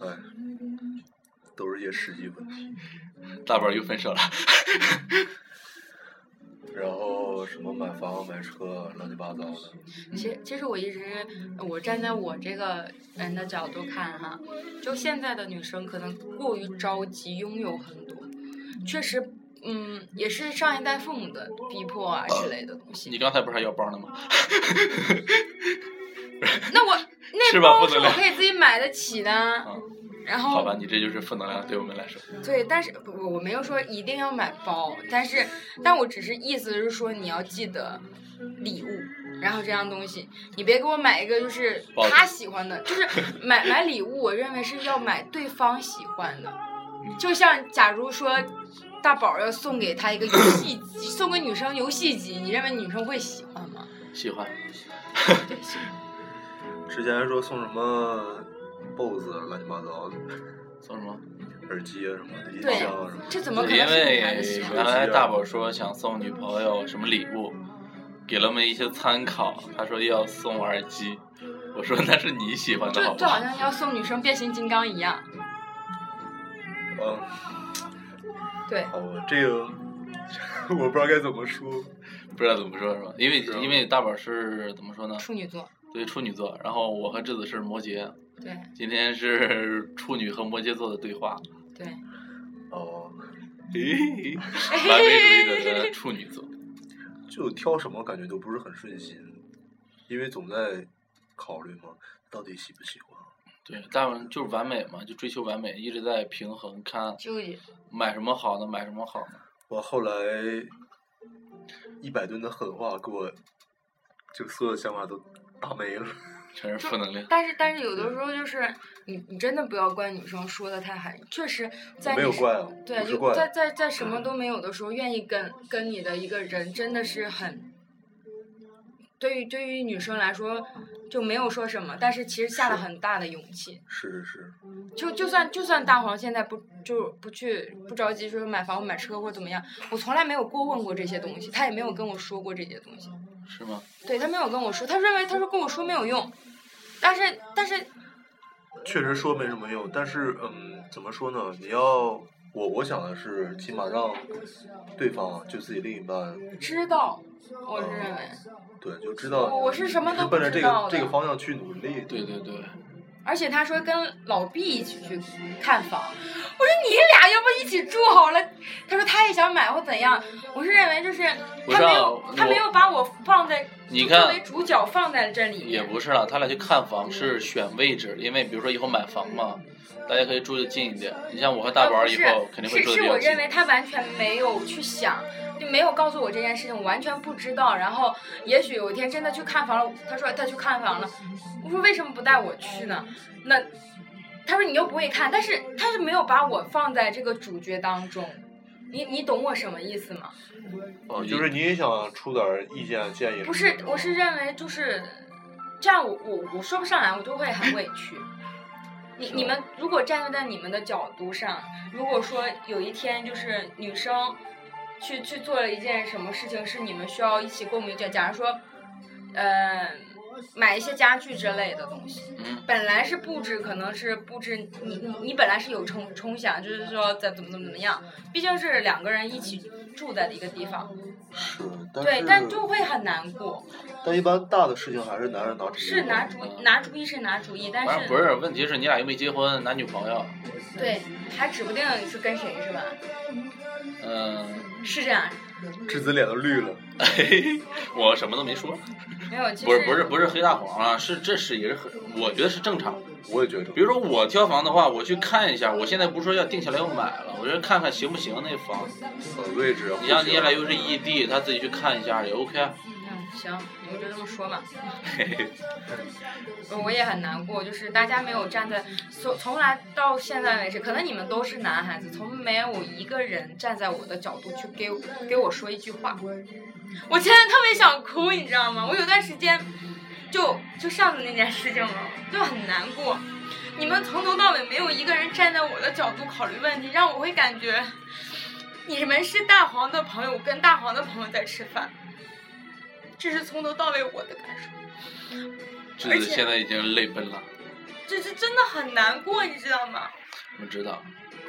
Speaker 3: 哎，都是一些实际问题。
Speaker 1: 大宝又分手了，
Speaker 3: 然后什么买房、买车，乱七八糟的。
Speaker 2: 其实，其实我一直，呃我站在我这个人的角度看哈，就现在的女生可能过于着急拥有很多，确实，嗯，也是上一代父母的逼迫啊之类的东西。
Speaker 1: 你刚才不是还要包呢吗？
Speaker 2: 那我那
Speaker 1: 吃吧
Speaker 2: 包
Speaker 1: 负
Speaker 2: 是
Speaker 1: 能
Speaker 2: 我
Speaker 1: 量
Speaker 2: 可以自己买得起的，
Speaker 1: 嗯
Speaker 2: 然
Speaker 1: 好
Speaker 2: 后
Speaker 1: 吧，你这就是负能量对我们来说。
Speaker 2: 对，但是不我我没有说一定要买包，但是但我只是意思是说你要记得礼物，然后这样东西你别给我买一个就是
Speaker 1: 包子
Speaker 2: 他喜欢的，就是 [laughs] 买买礼物，我认为是要买对方喜欢的，就像假如说。大宝要送给他一个游戏机，送给女生游戏机，你认为女生会喜欢吗？
Speaker 1: 喜欢，
Speaker 2: 对，喜欢
Speaker 3: 之前说送什么 BOSS 乱七八糟的
Speaker 1: 送什么？
Speaker 3: 耳机啊什么的，音
Speaker 2: 对
Speaker 3: 箱啊什么的。
Speaker 2: 这怎么可
Speaker 1: 哦因
Speaker 2: 能是女孩
Speaker 1: 为
Speaker 2: 子喜欢
Speaker 1: 原
Speaker 2: 的？
Speaker 1: 来大宝说想送女朋友什么礼物，给了我们一些参考。他说要送耳机，我说那是你喜欢的好
Speaker 2: 就
Speaker 1: 不
Speaker 2: 就好
Speaker 1: 好？
Speaker 2: 像要送女生变形金刚一样，
Speaker 3: 嗯，
Speaker 2: 对，
Speaker 3: 哦，这个 [laughs] 我不知道该怎么说。
Speaker 1: 不知道怎么说是吧？因为
Speaker 3: 是啊
Speaker 1: 因为大宝是怎么说呢？
Speaker 2: 处女座，
Speaker 1: 对，处女座。然后我和智子是摩羯，
Speaker 2: 对
Speaker 1: 今天是处女和摩羯座的对话。
Speaker 2: 对。
Speaker 3: 哦，
Speaker 1: 嘿嘿完美主义者的处女座，
Speaker 3: 就挑什么感觉都不是很顺心，因为总在考虑嘛，到底喜不喜欢。
Speaker 1: 对，大宝就是完美嘛，就追求完美，一直在平衡，看
Speaker 2: 纠结。
Speaker 1: 买什么好呢，买什么好呢？
Speaker 3: 我后来一百吨的狠话给我，就所有想法都打没了。
Speaker 1: 全是负能量。
Speaker 2: 但是但
Speaker 3: 嗯
Speaker 2: 是有的时候就是你你真的不要怪女生说的太含，确实在
Speaker 3: 没
Speaker 2: 你
Speaker 3: 有
Speaker 2: 是
Speaker 3: 怪啊
Speaker 2: 对，
Speaker 3: 不是
Speaker 2: 就
Speaker 3: 怪嗯
Speaker 2: 在在在什么都没有的时候，愿意跟跟你的一个人真的是很。对于对于女生来说，就没有说什么，但是其实下了
Speaker 3: 是
Speaker 2: 很大的勇气。
Speaker 3: 是 [laughs] 是是，
Speaker 2: 就就算就算大黄现在不就不去不着急说买房买车或怎么样，我从来没有过问过这些东西，他也没有跟我说过这些东西。
Speaker 1: 是吗？
Speaker 2: 对他没有跟我说，他认为他说跟我说没有用，但是但是
Speaker 3: 确实说没什么用，但是嗯，怎么说呢？你要我我想的是，起码让对方就自己另一半，
Speaker 2: 知道，
Speaker 1: 哦
Speaker 2: 我是认为，
Speaker 3: 对，就知道
Speaker 2: 我我是什么
Speaker 3: 你
Speaker 2: 都不
Speaker 3: 奔着
Speaker 2: 知
Speaker 3: 这
Speaker 2: 道
Speaker 3: 个
Speaker 2: 的
Speaker 3: 这个方向去努力。
Speaker 1: 对对对，
Speaker 2: 而且他说跟老毕一起去看房，我说你俩要不一起住好了，他说他也想买或怎样，我是认为就是
Speaker 1: 不
Speaker 2: 他
Speaker 1: 是啊
Speaker 2: 没有他
Speaker 1: 我
Speaker 2: 没有把我放在
Speaker 1: 你
Speaker 2: 作
Speaker 1: 看
Speaker 2: 为主角放在这里
Speaker 1: 也
Speaker 2: 面，
Speaker 1: 不是啦，他俩去看房是选位置，因为比如说以后买房嘛，大家可以住的近一点。你像我和大
Speaker 2: 呃
Speaker 1: 宝儿
Speaker 2: 不
Speaker 1: 以
Speaker 2: 是
Speaker 1: 后肯定会
Speaker 2: 是
Speaker 1: 住的
Speaker 2: 是
Speaker 1: 比
Speaker 2: 我
Speaker 1: 较近
Speaker 2: 认。为他完全没有去想，就没有告诉我这件事情，我完全不知道。然后也许有一天真的去看房了，他说他去看房了，我说为什么不带我去呢？那他说你又不会看，但是他是没有把我放在这个主角当中。你你懂我什么意思吗？
Speaker 3: 啊，
Speaker 1: 哦
Speaker 3: 就是你也想出点儿意见建议。
Speaker 2: 不是，我是认为就是这样我，我我说不上来，我就会很委屈。你你们如果站在你们的角度上，如果说有一天就是女生去去做了一件什么事情，是你们需要一起共鸣的，假如说，呃，买一些家具之类的东西，
Speaker 1: 嗯，
Speaker 2: 本来是布置，可能是布置你你你本来是有冲冲想，就是说怎怎么怎么怎么样，毕竟是两个人一起住在的一个地方，
Speaker 3: 是，
Speaker 2: 对，
Speaker 3: 但
Speaker 2: 但
Speaker 3: 是
Speaker 2: 就会很难过。
Speaker 3: 但一般大的事情还是男人拿主意。
Speaker 2: 是拿主意，拿主意是拿主意，但
Speaker 1: 反正嗯啊
Speaker 2: 是
Speaker 1: 不是，问题是你俩又没结婚，男女朋友，
Speaker 2: 对，还指不定是跟谁是吧？
Speaker 1: 嗯，
Speaker 2: 是这样，
Speaker 3: 栀子脸都绿了。
Speaker 2: 嗯
Speaker 1: 我什么都没说，
Speaker 2: 没有，其
Speaker 1: 不是
Speaker 2: 实
Speaker 1: 不是不是黑大黄啊，是这是也是很，我觉得是正常的。
Speaker 3: 我也觉得
Speaker 1: 比。如说我挑房的话，我去看一下，我现在不是说要定下来要买了，我就看看行不行那房。
Speaker 3: 呃，位置啊。
Speaker 1: 你像
Speaker 3: 户
Speaker 1: 你
Speaker 3: 型啊
Speaker 1: 俩又是异地，他自己去看一下也 OK 啊。
Speaker 2: 嗯，行，你们就这么说吧。
Speaker 1: 嘿嘿
Speaker 2: 我也很难过，就是大家没有站在从从来到现在为止，可能你们都是男孩子，从没有一个人站在我的角度去给我给我说一句话。我现在特别想哭，你知道吗？我有段时间就就上次那件事情嘛，就很难过。你们从头到尾没有一个人站在我的角度考虑问题，让我会感觉你们是大黄的朋友，我跟大黄的朋友在吃饭，这是从头到尾我的感受。
Speaker 1: 智子现在已经泪奔了，
Speaker 2: 这是真的很难过，你知道吗？
Speaker 1: 我知道。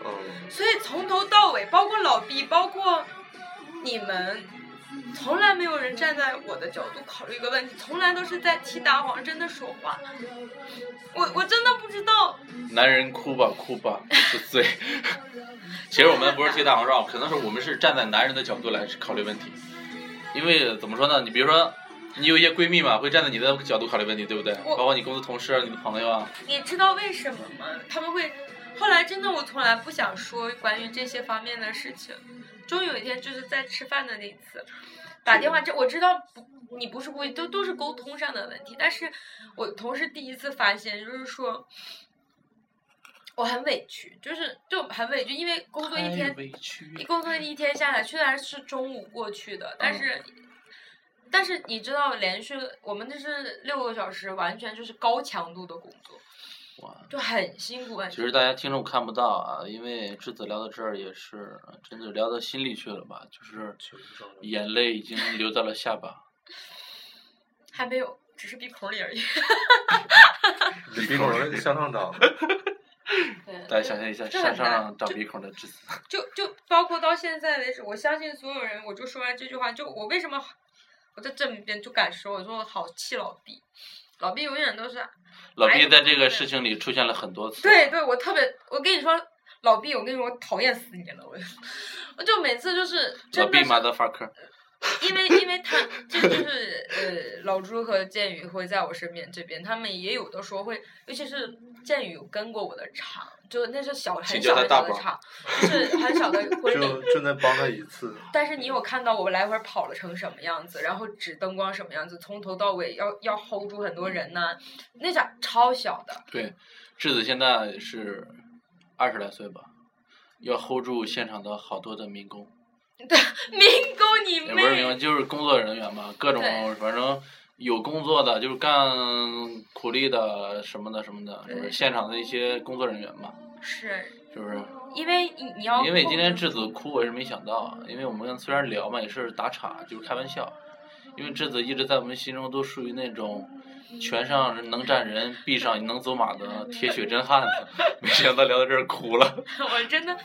Speaker 3: 嗯，
Speaker 2: 所以从头到尾，包括老毕，包括你们，从来没有人站在我的角度考虑一个问题，从来都是在替大黄真的说话。我我真的不知道，
Speaker 1: 男人哭吧哭吧，不醉。 [laughs] 其实我们不是贴大黄罩，可能是我们是站在男人的角度来考虑问题。因为怎么说呢？你比如说，你有一些闺蜜嘛，会站在你的角度考虑问题，对不对？
Speaker 2: 我
Speaker 1: 包括你公司同事、你的朋友啊，
Speaker 2: 你知道为什么吗？他们会，后来真的我从来不想说关于这些方面的事情。终于有一天，就是在吃饭的那一次，打电话，这我知道不，你不是故意，都都是沟通上的问题。但是我同时第一次发现，就是说。我很委屈，就是就很委屈，因为工作一天
Speaker 1: 太委屈
Speaker 2: 一工作一天下来，虽然是中午过去的，但是、
Speaker 1: 嗯
Speaker 2: 但是你知道，连续我们那是六个小时，完全就是高强度的工作，
Speaker 1: 哇！
Speaker 2: 就很辛苦，很
Speaker 1: 其
Speaker 2: 辛
Speaker 1: 实
Speaker 2: 苦。
Speaker 1: 大家听众看不到啊，因为智子聊到这儿也是，真的聊到心里去了吧？就是
Speaker 3: 确实是
Speaker 1: 眼泪已经流到了下巴。
Speaker 2: 还没有，只是鼻孔里而已。
Speaker 3: 你鼻孔儿向上长，
Speaker 2: 对
Speaker 1: 大家想象一下，
Speaker 2: 这
Speaker 1: 山
Speaker 2: 很
Speaker 1: 上
Speaker 2: 难
Speaker 1: 让长鼻孔的智子，
Speaker 2: 就就包括到现在为止，我相信所有人，我就说完这句话，就我为什么我在这里边就敢说，我说我好气老毕，老毕永远都是
Speaker 1: 老
Speaker 2: 哎
Speaker 1: 毕
Speaker 2: 呀
Speaker 1: 在这
Speaker 2: 对
Speaker 1: 个事情里出现了很多次。
Speaker 2: 对对，我特别，我跟你说，老毕，我跟你说，我讨厌死你了，我， [laughs] 我就每次就是
Speaker 1: 老
Speaker 2: 真
Speaker 1: 毕
Speaker 2: 的
Speaker 1: 马
Speaker 2: 是，
Speaker 1: 德法克，
Speaker 2: 因为因为他这就是呃，老朱和建宇会在我身边这边，他们也有的时候会，尤其是建宇跟过我的场，就那是小
Speaker 1: 请
Speaker 2: 很
Speaker 1: 叫他
Speaker 2: 小很
Speaker 1: 大
Speaker 2: 小的
Speaker 1: 宝
Speaker 2: 场，就是很小的婚礼，
Speaker 3: 就就那帮他一次，
Speaker 2: 但是你有看到我来回跑了成什么样子，然后指灯光什么样子，从头到尾要要 hold 住很多人呢、那场超小的， [laughs]
Speaker 1: 对，智子现在是二十来岁吧，要 hold 住现场的好多的民工，
Speaker 2: 民工你
Speaker 1: 也不是民
Speaker 2: 妹，
Speaker 1: 工，就是工作人员吧，各种
Speaker 2: 对
Speaker 1: 反正有工作的，就是干苦力的什么的什么的，是不是
Speaker 2: 对
Speaker 1: 现场的一些工作人员嘛，
Speaker 2: 是
Speaker 1: 是不是？
Speaker 2: 因为你你要
Speaker 1: 因为
Speaker 2: 控
Speaker 1: 今天
Speaker 2: 制
Speaker 1: 智子哭，我也是没想到，啊因为我们虽然聊嘛，也是打岔，就是开玩笑。因为智子一直在我们心中都属于那种拳上能站人，臂上能走马的铁血真汉子，没想到聊到这儿哭了。
Speaker 2: [laughs] 我真的，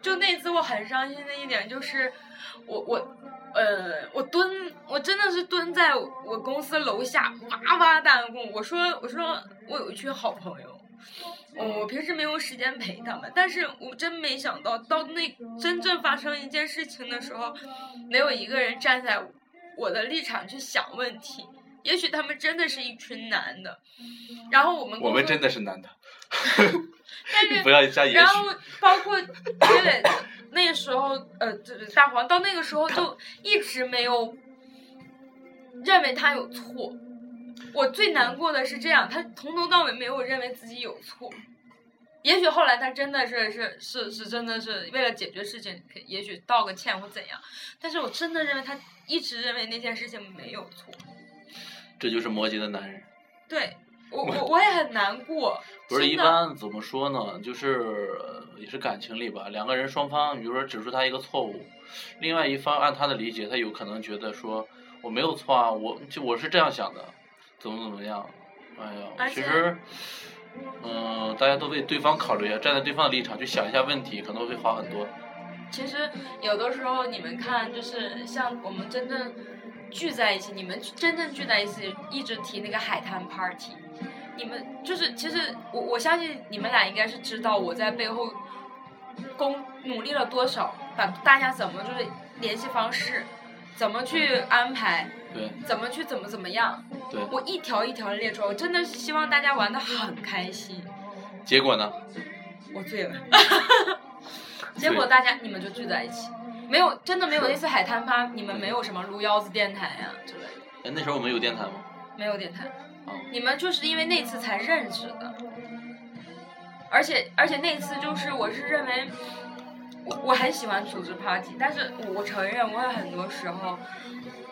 Speaker 2: 就那次我很伤心的一点就是，我我，呃，我蹲，我真的是蹲在我公司楼下哇哇大哭。我说我说我有一群好朋友，我我平时没有时间陪他们，但是我真没想到到那真正发生一件事情的时候，没有一个人站在我的立场去想问题。也许他们真的是一群男的，然后我们
Speaker 1: 我
Speaker 2: 公
Speaker 1: 们
Speaker 2: 司
Speaker 1: 真的是男的，
Speaker 2: 但是
Speaker 1: 不要加也
Speaker 2: 然
Speaker 1: 许。
Speaker 2: 后包括对那时候，呃，就是大黄到那个时候就一直没有认为他有错。我最难过的是这样，他从头到尾没有认为自己有错。也许后来他真的是是是是真的是为了解决事情，可也许道个歉或怎样，但是我真的认为他一直认为那件事情没有错。
Speaker 1: 这就是摩羯的男人。
Speaker 2: 对我我我也很难过，
Speaker 1: 不是
Speaker 2: 真
Speaker 1: 一
Speaker 2: 的
Speaker 1: 般怎么说呢？就是呃也是感情里吧，两个人双方，比如说指出他一个错误，另外一方按他的理解，他有可能觉得说我没有错啊，我就我是这样想的，怎么怎么样。哎
Speaker 2: 而
Speaker 1: 呀，其
Speaker 2: 且
Speaker 1: 实，嗯、大家都为对方考虑，啊站在对方的立场去想一下问题，可能会好很多。
Speaker 2: 其实有的时候你们看，就是像我们真正聚在一起，你们真正聚在一起，一直提那个海滩 party，你们就是其实我我相信你们俩应该是知道我在背后工努力了多少，把大家怎么就是联系方式，怎么去安排，
Speaker 1: 对
Speaker 2: 怎么去怎么怎么样，
Speaker 1: 对，
Speaker 2: 我一条一条列出来，我真的是希望大家玩的很开心。
Speaker 1: 结果呢？
Speaker 2: 我醉了。 [laughs] 结果大家你们就聚在一起，没有真的没有那次海滩趴，你们没有什么撸腰子电台呀、之类的，
Speaker 1: 哎，那时候我们有电台吗？
Speaker 2: 没有电台
Speaker 1: 哦。
Speaker 2: 你们就是因为那次才认识的，而且而且那次就是我是认为。我我很喜欢组织 party，但是我我承认，我很多时候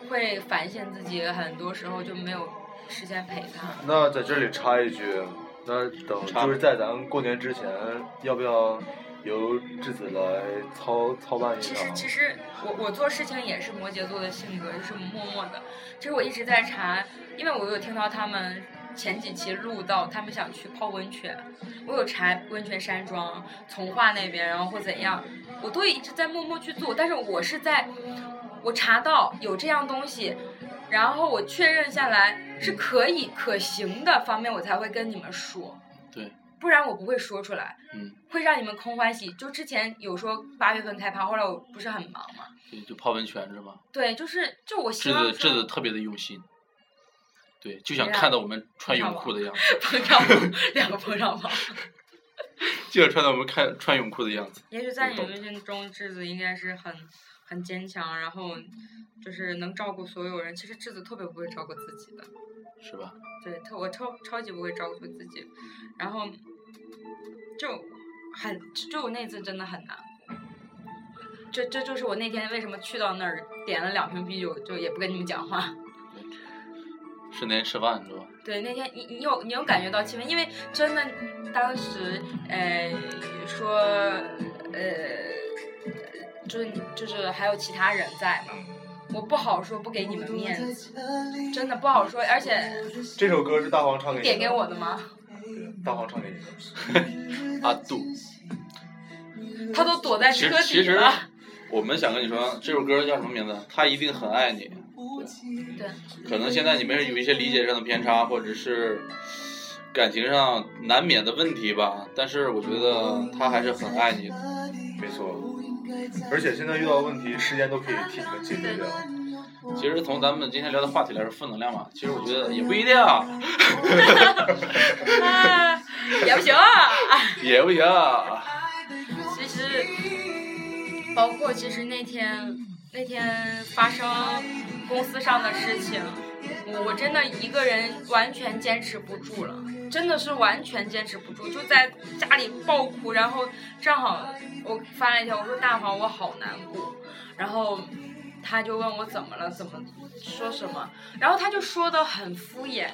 Speaker 2: 会反省自己，很多时候就没有时间陪他。
Speaker 3: [laughs] 那在这里插一句，那等
Speaker 1: 插
Speaker 3: 就是在咱们过年之前，要不要由智子来操操办一
Speaker 2: 其
Speaker 3: 场？
Speaker 2: 实其实我我做事情也是摩羯座的性格，就是默默的。其实我一直在查，因为我有听到他们前几期录到他们想去泡温泉，我有查温泉山庄、从化那边，然后或怎样，我都一直在默默去做。但是我是在我查到有这样东西，然后我确认下来是可以可行的方面，我才会跟你们说。
Speaker 1: 对，
Speaker 2: 不然我不会说出来。
Speaker 1: 嗯，
Speaker 2: 会让你们空欢喜。就之前有说八月份开趴，后来我不是很忙嘛。
Speaker 1: 就就泡温泉是吗？
Speaker 2: 对，就是就我希
Speaker 1: 智
Speaker 2: 望
Speaker 1: 子智
Speaker 2: 说
Speaker 1: 子特别的用心，对，就
Speaker 2: 啊
Speaker 1: 想看到我们穿泳裤的样子，
Speaker 2: 膨 [laughs] 胀王，两个膨胀王。
Speaker 1: 就想看到我们看穿泳裤的样子。
Speaker 2: 也许在你们心中，质子应该是很很坚强，然后就是能照顾所有人。其实质子特别不会照顾自己的，
Speaker 1: 是吧？
Speaker 2: 对他我超超级不会照顾自己，然后就很就我那次真的很难。这这就是我那天为什么去到那儿点了两瓶啤酒，就也不跟你们讲话。
Speaker 1: 是那天吃饭是吧？
Speaker 2: 对，那天你你有你有感觉到气氛，因为真的当时呃说呃就是就是还有其他人在嘛，我不好说不给你们面子，真的不好说，而且
Speaker 3: 这首歌是大黄唱给你的
Speaker 2: 点给我的吗？ [laughs]
Speaker 3: 对大黄唱给你的。
Speaker 1: [laughs] 阿杜，
Speaker 2: 他都躲在
Speaker 1: 其
Speaker 2: [laughs] 车
Speaker 1: 实
Speaker 2: 底
Speaker 1: 其实
Speaker 2: 了。
Speaker 1: 我们想跟你说，这首歌叫什么名字？他一定很爱你。
Speaker 2: 对，
Speaker 1: 可能现在你们有一些理解上的偏差，或者是感情上难免的问题吧。但是我觉得他还是很爱你的。
Speaker 3: 没错，而且现在遇到的问题，时间都可以替你们解决
Speaker 2: 啊
Speaker 3: 掉。
Speaker 1: 其实从咱们今天聊的话题来说，负能量嘛，其实我觉得也不一定
Speaker 3: [laughs]
Speaker 1: 啊，
Speaker 2: [laughs] 啊，也不行啊。
Speaker 1: 也不行 [laughs] 啊。
Speaker 2: 其实，包括其实那天那天发生公司上的事情，我我真的一个人完全坚持不住了，真的是完全坚持不住，就在家里爆哭，然后正好我发了一条，我说大黄我好难过，然后他就问我怎么了，怎么说什么，然后他就说的很敷衍。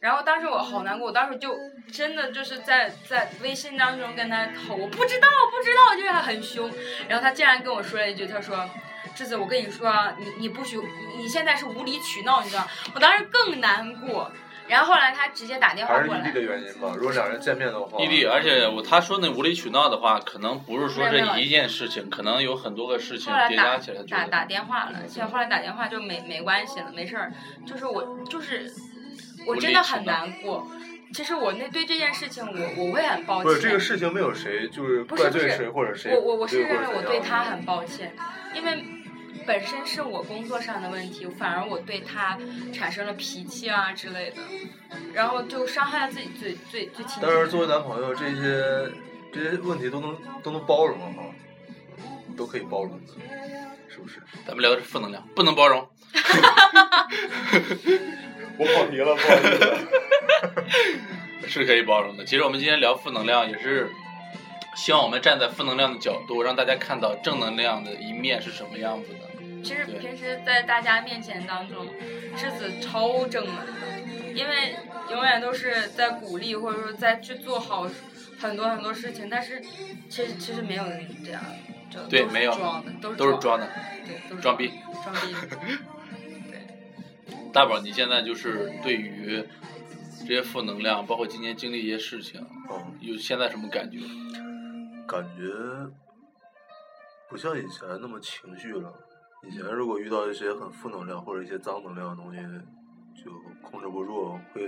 Speaker 2: 然后当时我好难过，我当时就真的就是在在微信当中跟他吼，我不知道，不知道，就是很凶。然后他竟然跟我说了一句，他说：“智子，我跟你说啊，你你不许，你你现在是无理取闹，你知道？”我当时更难过。然后后来他直接打电话
Speaker 3: 还是
Speaker 2: 过
Speaker 3: 异地
Speaker 2: 来，
Speaker 3: 的原因吧。如果两人见面的话，
Speaker 1: 异地，而且我他说那无理取闹的话，可能不是说
Speaker 2: 没有没
Speaker 1: 这
Speaker 2: 有
Speaker 1: 一件事情，可能有很多个事情
Speaker 2: 后来
Speaker 1: 叠
Speaker 2: 打
Speaker 1: 加起来就嗯
Speaker 2: 打打
Speaker 1: 是。
Speaker 2: 电话了，像后来打电话就没没关系了，没事儿。就是我就是我真的很难过。其实我那对这件事情我，我会很抱歉。
Speaker 3: 不是这个事情没有谁就是
Speaker 2: 啊不是
Speaker 3: 怪罪
Speaker 2: 不是
Speaker 3: 谁或者谁，啊
Speaker 2: 我我我是
Speaker 3: 对
Speaker 2: 认
Speaker 3: 或者
Speaker 2: 为我
Speaker 3: 怎
Speaker 2: 对
Speaker 3: 样
Speaker 2: 他很抱歉，因为本身是我工作上的问题，反而我对他产生了脾气啊之类的，然后就伤害了自己最最最亲近
Speaker 3: 但
Speaker 2: 的
Speaker 3: 是
Speaker 2: 人。
Speaker 3: 作为男朋友，这些这些问题都能都能包容哈，都可以包容的，是不是？
Speaker 1: 咱们聊的是负能量，不能包容。
Speaker 3: [laughs] 我跑题了，不好意思。
Speaker 1: 是可以包容的。其实我们今天聊负能量，也是希望我们站在负能量的角度，让大家看到正能量的一面是什么样子的。
Speaker 2: 其实
Speaker 1: 对
Speaker 2: 平时在大家面前当中，栀子超正能量，因为永远都是在鼓励或者说在去做好很多很多事情，但是其实其实没有这样，就
Speaker 1: 对
Speaker 2: 都是
Speaker 1: 没有
Speaker 2: 装的，都是
Speaker 1: 都是
Speaker 2: 装
Speaker 1: 装的，
Speaker 2: 对都是
Speaker 1: 装
Speaker 2: 装
Speaker 1: 逼，
Speaker 2: 装逼。
Speaker 1: 大宝，你现在就是对于这些负能量，包括今天经历一些事情，
Speaker 3: [laughs] 嗯，
Speaker 1: 有现在什么感觉？
Speaker 3: 感觉不像以前那么情绪了。以前如果遇到一些很负能量或者一些脏能量的东西，就控制不住，会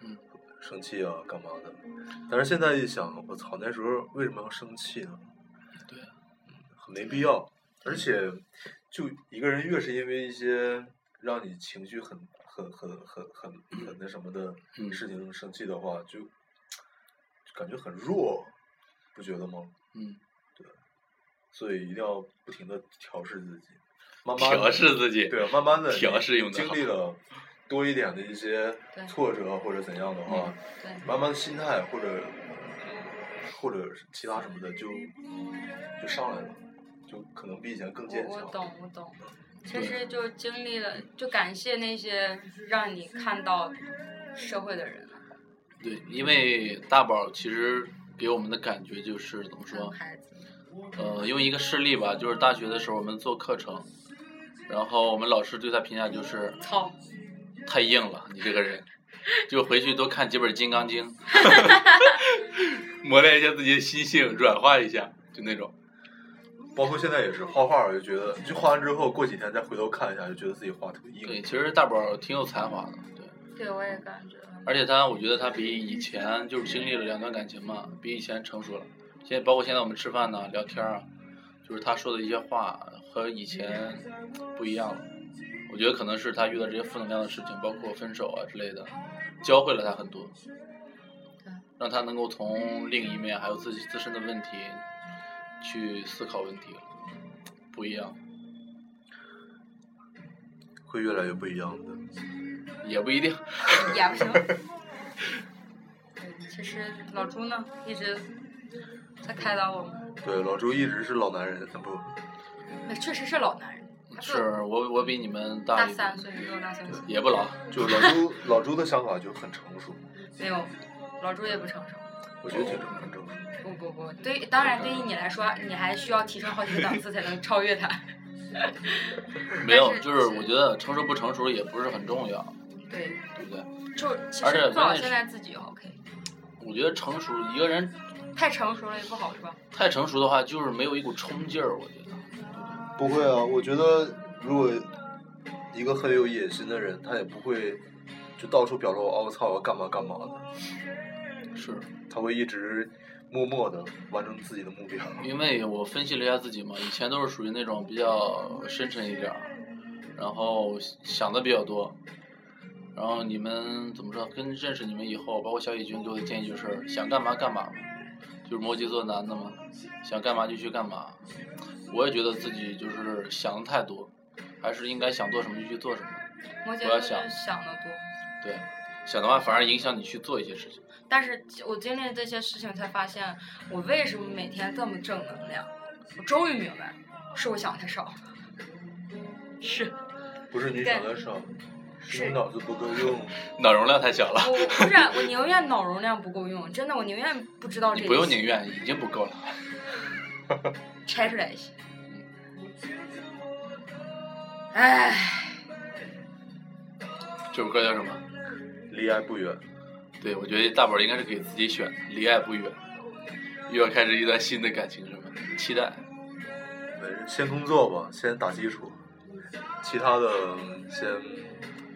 Speaker 1: 嗯
Speaker 3: 生气啊，干嘛的？但是现在一想，我操，那时候为什么要生气呢？
Speaker 1: 对啊
Speaker 3: 嗯，很没必要。而且，就一个人越是因为一些让你情绪很、很、很、很、很、很那什么的
Speaker 1: 嗯
Speaker 3: 事情生气的话，就感觉很弱，不觉得吗？
Speaker 1: 嗯，
Speaker 3: 所以一定要不停的调试自己，慢慢地
Speaker 1: 调试自己，
Speaker 3: 对，慢慢的
Speaker 1: 调试用得
Speaker 3: 经
Speaker 1: 好
Speaker 3: 历了多一点的一些
Speaker 2: 对嗯
Speaker 3: 挫折或者怎样的话，
Speaker 2: 对
Speaker 3: 慢慢的心态或者或者是其他什么的就就上来了，就可能比以前更坚
Speaker 2: 我我
Speaker 3: 强。
Speaker 2: 懂，我懂。其
Speaker 1: 对
Speaker 2: 实就经历了，就感谢那些让你看到社会的人，啊
Speaker 1: 对，因为大宝其实给我们的感觉就是怎么
Speaker 2: 还有
Speaker 1: 说？
Speaker 2: 孩子。
Speaker 1: 呃，用一个事例吧，就是大学的时候我们做课程，然后我们老师对他评价就是
Speaker 2: 操，
Speaker 1: 太硬了，你这个人，就回去多看几本《金刚经》，磨练一下自己的心性，软化一下，就那种。
Speaker 3: 包括现在也是画画，我就觉得就画完之后过几天再回头看一下，就觉得自己画特硬。
Speaker 1: 对，其实大宝挺有才华的，对，
Speaker 2: 对我也感觉。
Speaker 1: 而且他，我觉得他比以前就是经历了两段感情嘛，比以前成熟了。现在包括现在我们吃饭呢、聊天啊，就是他说的一些话和以前不一样了。我我觉得可能是他遇到这些负能量的事情，包括分手啊之类的，教会了他很多，让他能够从另一面还有自己自身的问题去思考问题了，不一样，
Speaker 3: 会越来越不一样的。
Speaker 1: 也不一定。 [laughs]
Speaker 2: 也不行。嗯其实老朱呢，一直在开导我们，
Speaker 3: 对，老朱一直是老男人，不，
Speaker 2: 哎确实是老男人，
Speaker 1: 是我我比你们大
Speaker 2: 嗯大
Speaker 1: 一点
Speaker 2: 三岁，比我大三岁，
Speaker 1: 也不老，
Speaker 3: 就老朱老朱的想法就很成熟，
Speaker 2: 没有，老朱也不成熟。
Speaker 3: 我觉得挺成很成熟。
Speaker 2: 不不不，对，当然对于你来说，啊你还需要提升好几个档次才能超越他。
Speaker 1: 没有，
Speaker 2: 但是
Speaker 1: 就是我觉得成熟不成熟也不是很重要，
Speaker 2: 对，
Speaker 1: 对不对？
Speaker 2: 就其
Speaker 1: 而且
Speaker 2: 实做好
Speaker 1: 关键是
Speaker 2: 现在自己就 OK，
Speaker 1: 我觉得成熟一个人
Speaker 2: 太成熟了也不好是吧？
Speaker 1: 太成熟的话，就是没有一股冲劲儿，我觉得。
Speaker 3: 不会啊，我觉得如果一个很有野心的人，他也不会就到处表露“哦，我操，我干嘛干嘛”的，
Speaker 1: 是
Speaker 3: 他会一直默默的完成自己的目
Speaker 2: [laughs]
Speaker 3: 标。
Speaker 1: 因为我分析了一下自己嘛，以前都是属于那种比较深沉一点儿，然后想的比较多。然后你们怎么说？跟认识你们以后，包括小野君给我的建议就是想干嘛干嘛，就是摩羯座男的嘛，想干嘛就去干嘛。我也觉得自己就是想的太多，还是应该想做什么就去做什么。
Speaker 2: 摩羯
Speaker 1: 我要
Speaker 2: 座就
Speaker 1: 想
Speaker 2: 是想的多，
Speaker 1: 对，想的话反而影响你去做一些事情。
Speaker 2: 但是我经历这些事情才发现，我为什么每天这么正能量？我终于明白了，是我想的太少。是
Speaker 3: 不是你想的少，是你脑子不够用。
Speaker 1: 脑容量太小了，
Speaker 2: 我不是我宁愿脑容量不够用，真的我宁愿不知道这
Speaker 1: [laughs] 你
Speaker 2: 些。
Speaker 1: 不用宁愿，已经不够了。
Speaker 2: 拆出来一些。唉，
Speaker 1: 这首歌叫什么？
Speaker 3: 离爱不远，
Speaker 1: 对，我觉得大宝应该是可以自己选，离爱不远，又要开始一段新的感情，是吗？期待。
Speaker 3: 没事，先工作吧，先打基础，其他的先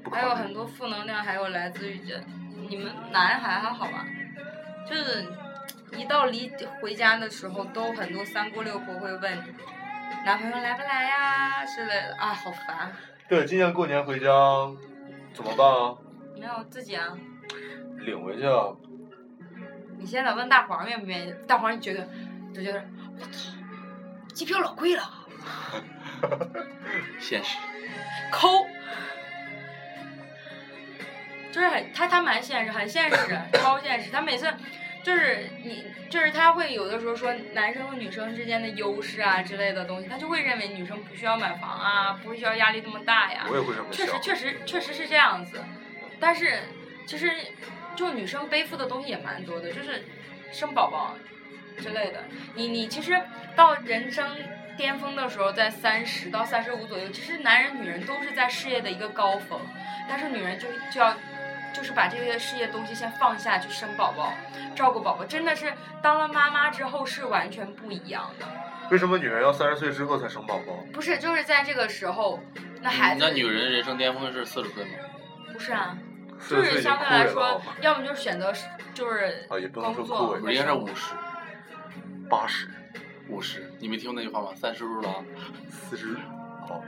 Speaker 3: 不
Speaker 2: 还有
Speaker 3: 考
Speaker 2: 很
Speaker 3: 虑。
Speaker 2: 多负能量，还有来自于这你们男孩还好吧？就是一到离回家的时候，都很多三姑六婆会问男朋友来不来呀之类的啊，好烦。
Speaker 3: 对，今年过年回家怎么办啊？
Speaker 2: 没有自己啊，
Speaker 3: 领回去啊？
Speaker 2: 你现在问大黄愿不愿意？大黄觉得就觉得我操，机票老贵了，
Speaker 1: 现实，
Speaker 2: 抠。就是很他他蛮现实，很现实，超现实。他每次就是你就是他会有的时候说男生和女生之间的优势啊之类的东西，他就会认为女生不需要买房啊，不需要压力这么大呀。
Speaker 3: 我也会这么
Speaker 2: 确实
Speaker 3: 想。
Speaker 2: 确实
Speaker 1: 嗯
Speaker 2: 确实是这样子，但是其实就女生背负的东西也蛮多的，就是生宝宝之类的。你你其实到人生巅峰的时候，在三十到三十五左右，其实男人女人都是在事业的一个高峰，但是女人就就要。就是把这些事业东西先放下去生宝宝，照顾宝宝，真的是当了妈妈之后是完全不一样的。
Speaker 3: 为什么女人要三十岁之后才生宝宝？
Speaker 2: 不是，就是在这个时候，那孩
Speaker 1: 嗯
Speaker 2: 子
Speaker 1: 那女人人生巅峰是四十岁吗？
Speaker 2: 不是啊，
Speaker 3: 四
Speaker 2: 就
Speaker 3: 十岁
Speaker 2: 是
Speaker 3: 已经
Speaker 2: 相对
Speaker 3: 枯
Speaker 2: 来
Speaker 3: 萎了好
Speaker 2: 说
Speaker 3: 吗？，
Speaker 2: 要么就是选择是就是
Speaker 3: 啊也不能
Speaker 2: 工
Speaker 3: 说
Speaker 2: 作
Speaker 3: 枯萎
Speaker 1: 我应该是五十，
Speaker 3: 八十、
Speaker 1: 五十。你没听过那句话吗？三十入狼，
Speaker 3: 四十，好，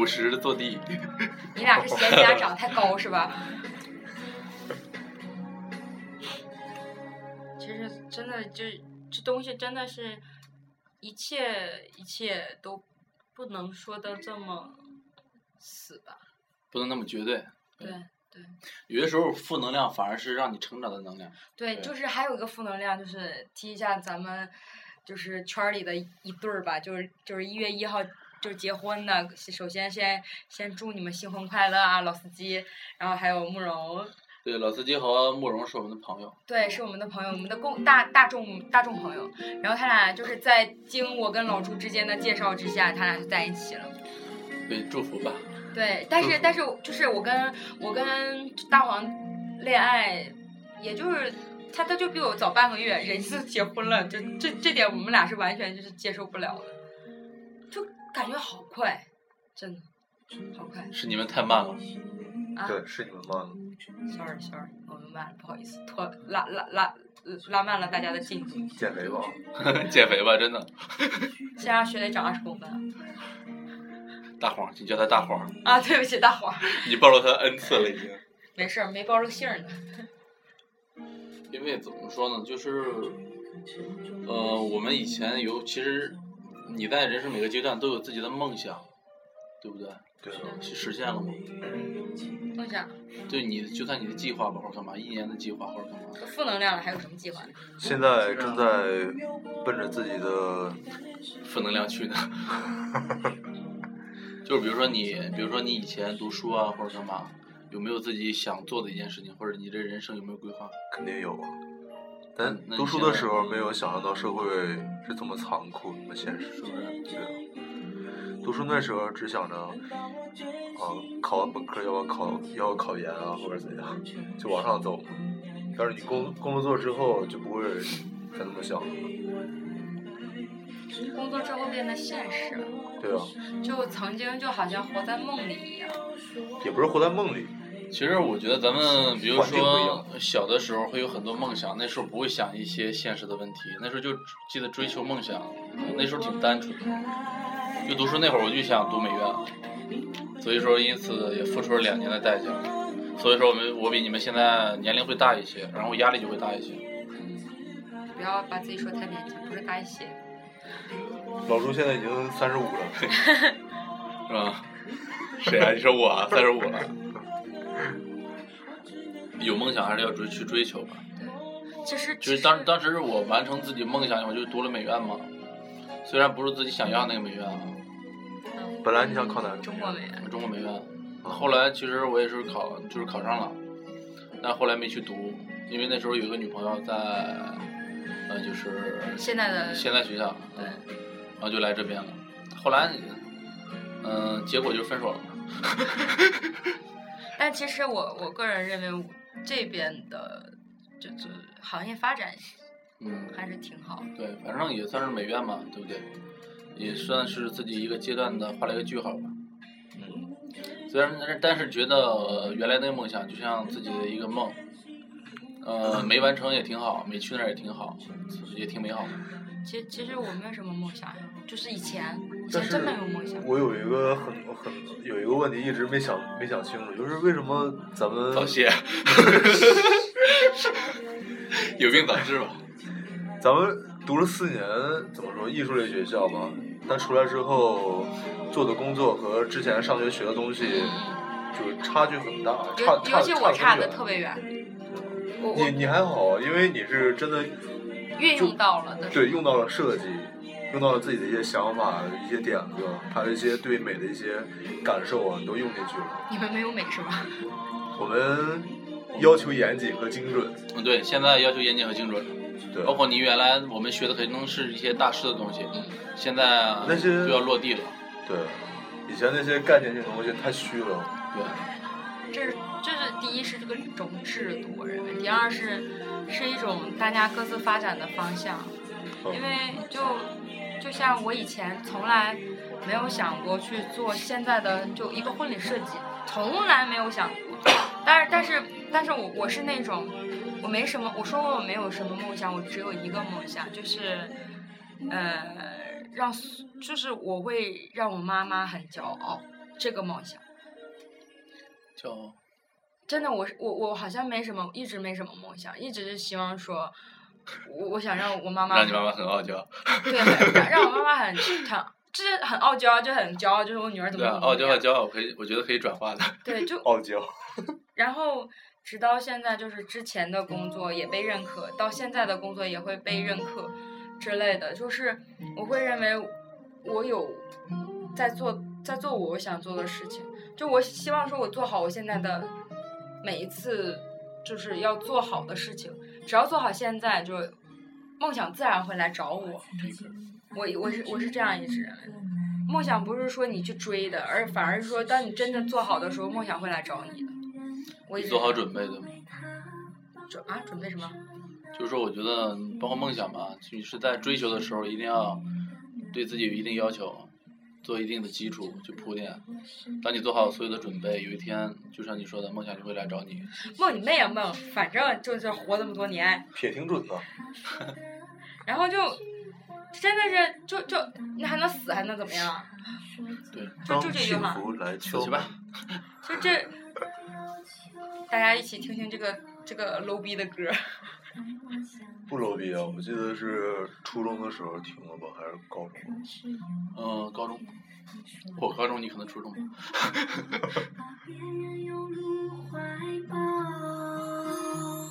Speaker 1: 五十坐地。
Speaker 2: 你俩是嫌家长太
Speaker 3: [laughs]
Speaker 2: 高是吧？ [laughs] 其实真的就这东西真的是，一切一切都不能说的这么死吧？
Speaker 1: [laughs] 不能那么绝对。
Speaker 2: 对
Speaker 1: 有些时候负能量反而是让你成长的能量。
Speaker 2: 对，
Speaker 1: 对
Speaker 2: 就是还有一个负能量，就是提一下咱们就是圈儿里的一对儿吧，就是就是一月一号就结婚的，首先先先祝你们新婚快乐啊，老司机，然后还有慕容，
Speaker 1: 对，老司机和慕容是我们的朋友，
Speaker 2: 对，是我们的朋友，我们的共大大众大众朋友，然后他俩就是在经我跟老朱之间的介绍之下，他俩就在一起了。
Speaker 1: 对，祝福吧。
Speaker 2: 对，但是
Speaker 1: 嗯
Speaker 2: 但是就是我跟我跟大黄恋爱，也就是他他就比我早半个月，人家都结婚了，就这这点我们俩是完全就是接受不了的，就感觉好快，真的好快
Speaker 1: 是你们太慢了， [laughs]
Speaker 2: 啊
Speaker 3: 对，是你们慢了。
Speaker 2: ！Sorry Sorry，我们慢了，不好意思，拖拉拉拉拉慢了大家的进度，
Speaker 3: 减肥吧，
Speaker 1: 减肥吧，真的。
Speaker 2: 先让学得长二十公分啊。
Speaker 1: 大黄，你叫他大黄，
Speaker 2: 啊，对不起，大黄，
Speaker 1: 你暴露他 n 次了已经。
Speaker 2: 没事儿，没暴露姓儿呢。
Speaker 1: 因为怎么说呢，就是，呃，我们以前有，其实你在人生每个阶段都有自己的梦想，对不对？
Speaker 3: 对啊，
Speaker 1: 去实现了吗？
Speaker 2: 梦想，
Speaker 1: 对你，就算你的计划吧，或者干嘛，一年的计划或者干嘛，
Speaker 2: 都负能量了，还有什么计划呢？
Speaker 3: 现在正在奔着自己的
Speaker 1: [laughs] 负能量
Speaker 3: [laughs]
Speaker 1: 去呢。就是比如说你，比如说你以前读书啊，或者干嘛，有没有自己想做的一件事情，或者你这人生有没有规划？
Speaker 3: 肯定有啊，但
Speaker 1: 那你
Speaker 3: 读书
Speaker 1: 现
Speaker 3: 的
Speaker 1: 在
Speaker 3: 时候没有想象到社会是这么残酷、这么现实，是不是？对啊。读书那时候只想着，啊，考完本科要不要考，要不要考研啊，或者怎样，就往上走嘛。但是你工工作做之后就不会再那么想了，
Speaker 2: 工作之后变得现实了，
Speaker 3: 对啊，
Speaker 2: 就曾经就好像活在梦里一样。
Speaker 3: 也不是活在梦里，
Speaker 1: 其实我觉得咱们，比如
Speaker 3: 环境不一
Speaker 1: 说
Speaker 3: 样
Speaker 1: 小的时候会有很多梦想，那时候不会想一些现实的问题，那时候就记得追求梦想，那时候挺单纯的。就读书那会儿，我就想读美院，所以说因此也付出了两年的代价。所以说我们我比你们现在年龄会大一些，然后压力就会大一些。
Speaker 2: 不要把自己说太年轻，不是大一些。
Speaker 3: 老朱现在已经三十五了，
Speaker 1: 是吧？ [laughs] 谁啊？你说我 [laughs] 啊，三十五了，有梦想还是要追去追求吧。
Speaker 2: 其实
Speaker 1: 就是当当时我完成自己梦想以后，就是读了美院嘛，虽然不是自己想要那个美院啊，
Speaker 3: 本来你想考哪个？
Speaker 2: 中国美院，
Speaker 1: 中国美院，后来其实我也是考，就是考上了，但后来没去读，因为那时候有一个女朋友在，呃，就是
Speaker 2: 现在的
Speaker 1: 现在学校，嗯
Speaker 2: 对，
Speaker 1: 然后就来这边了。后来，嗯、结果就分手了。
Speaker 2: 但其实我我个人认为我这边的就是行业发展
Speaker 1: 嗯，
Speaker 2: 还是挺好的。
Speaker 1: 对，反正也算是美院嘛，对不对？也算是自己一个阶段的画了一个句号吧。
Speaker 3: 嗯，
Speaker 1: 虽然但是但是觉得、呃原来那个梦想就像自己的一个梦，呃，没完成也挺好，没去那儿也挺好，也挺美好的。
Speaker 2: 其实其实我没有什么梦想，就是以前以
Speaker 3: 但
Speaker 2: 前
Speaker 3: 是
Speaker 2: 真没有梦想。
Speaker 3: 我有一个很很有一个问题一直没想没想清楚，就是为什么咱们
Speaker 1: 早泄，有病早治吧。
Speaker 3: 咱们读了四年，怎么说艺术类学校吧？但出来之后做的工作和之前上学学的东西，就是差距很大，差
Speaker 2: 尤
Speaker 3: 差
Speaker 2: 尤其我差的
Speaker 3: 很
Speaker 2: 特别远，
Speaker 3: 远
Speaker 2: 我
Speaker 3: 你
Speaker 2: 我
Speaker 3: 你还好，啊因为你是真的
Speaker 2: 运用到了的。
Speaker 3: 对用到了设计，用到了自己的一些想法、一些点子，还有一些对美的一些感受啊，你都用进去了。
Speaker 2: 你们没有美是吧？
Speaker 3: 我们要求严谨和精准，
Speaker 1: 嗯，对，现在要求严谨和精准，
Speaker 3: 对
Speaker 1: 包，括你原来我们学的可能是一些大师的东西，现在
Speaker 3: 那些
Speaker 1: 就要落地了。
Speaker 3: 对。以前那些概念性的东西太虚了，
Speaker 1: 对，
Speaker 2: 这是这是第一是这个一种制度，我认为；第二是是一种大家各自发展的方向，
Speaker 3: 嗯
Speaker 2: 因为就就像我以前从来没有想过去做现在的就一个婚礼设计，从来没有想过。但是但是但是我我是那种我没什么，我说过我没有什么梦想，我只有一个梦想，就是呃让就是我会让我妈妈很骄傲这个梦想。
Speaker 1: 叫
Speaker 2: 真的，我是我我好像没什么，一直没什么梦想，一直是希望说，我我想让我妈妈
Speaker 1: 让你妈妈很傲娇。
Speaker 2: 对，很让让我妈妈很 [coughs] 很就是很傲娇，就很骄傲，就是我女儿怎么
Speaker 1: 对
Speaker 2: 怎
Speaker 1: 啊
Speaker 2: 么，
Speaker 1: 傲娇和
Speaker 2: 样
Speaker 1: 骄傲可以，我觉得可以转化的。
Speaker 2: 对，就
Speaker 3: 傲娇。
Speaker 2: 然后直到现在，就是之前的工作也被认可，到现在的工作也会被认可之类的，就是我会认为我有在做在做我想做的事情，就我希望说我做好我现在的每一次就是要做好的事情，只要做好现在就。梦想自然会来找我，我我是我是这样一直认为的，梦想不是说你去追的，而反而是说，当你真的做好的时候，梦想会来找你的。我一
Speaker 1: 你
Speaker 2: 直 [laughs]
Speaker 1: 做好准备的，
Speaker 2: 准啊，准备什么？
Speaker 1: 就是说，我觉得包括梦想吧，你是在追求的时候一定要对自己有一定要求，做一定的基础去铺垫。当你做好所有的准备，有一天就像你说的，梦想就会来找你。
Speaker 2: 梦你妹啊梦！反正就是活这么多年，
Speaker 3: 撇挺准的，
Speaker 2: 然后就真的是就就那还能死还能怎么样？
Speaker 1: 对，
Speaker 2: 就
Speaker 3: 当
Speaker 2: 就这句
Speaker 3: 幸
Speaker 2: 话，
Speaker 3: 福来
Speaker 1: 死
Speaker 3: 敲
Speaker 1: 去
Speaker 3: 门
Speaker 1: 吧。，
Speaker 2: 就这，大家一起听听这个这个 low 逼的歌。
Speaker 3: 不 low 逼啊！我记得是初中的时候听的吧，还是高中？啊
Speaker 1: 嗯，高中，我高中，你可能初中。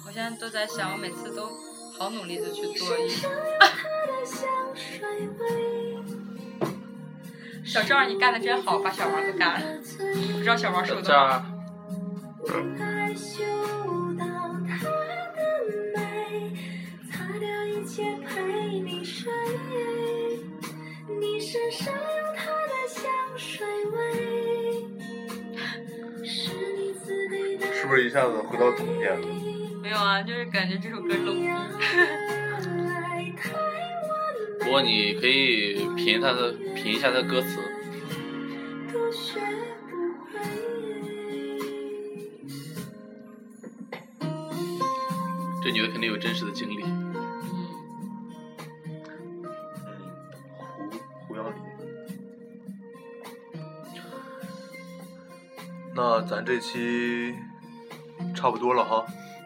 Speaker 2: 我现在都在想，我每次都好努力的去做一小赵，你干的真好，把小王都干了。不知道小王受
Speaker 1: 小
Speaker 2: 多少。
Speaker 1: 赵，
Speaker 3: 是不是一下子回到童年了？嗯
Speaker 2: 没有啊，就是感觉这首歌 low 逼。
Speaker 1: 不过你可以品一下他的，品一下他的歌词。这女的肯定有真实的经历。
Speaker 2: 嗯，
Speaker 3: 嗯，胡胡杨林。那咱这期差不多了哈，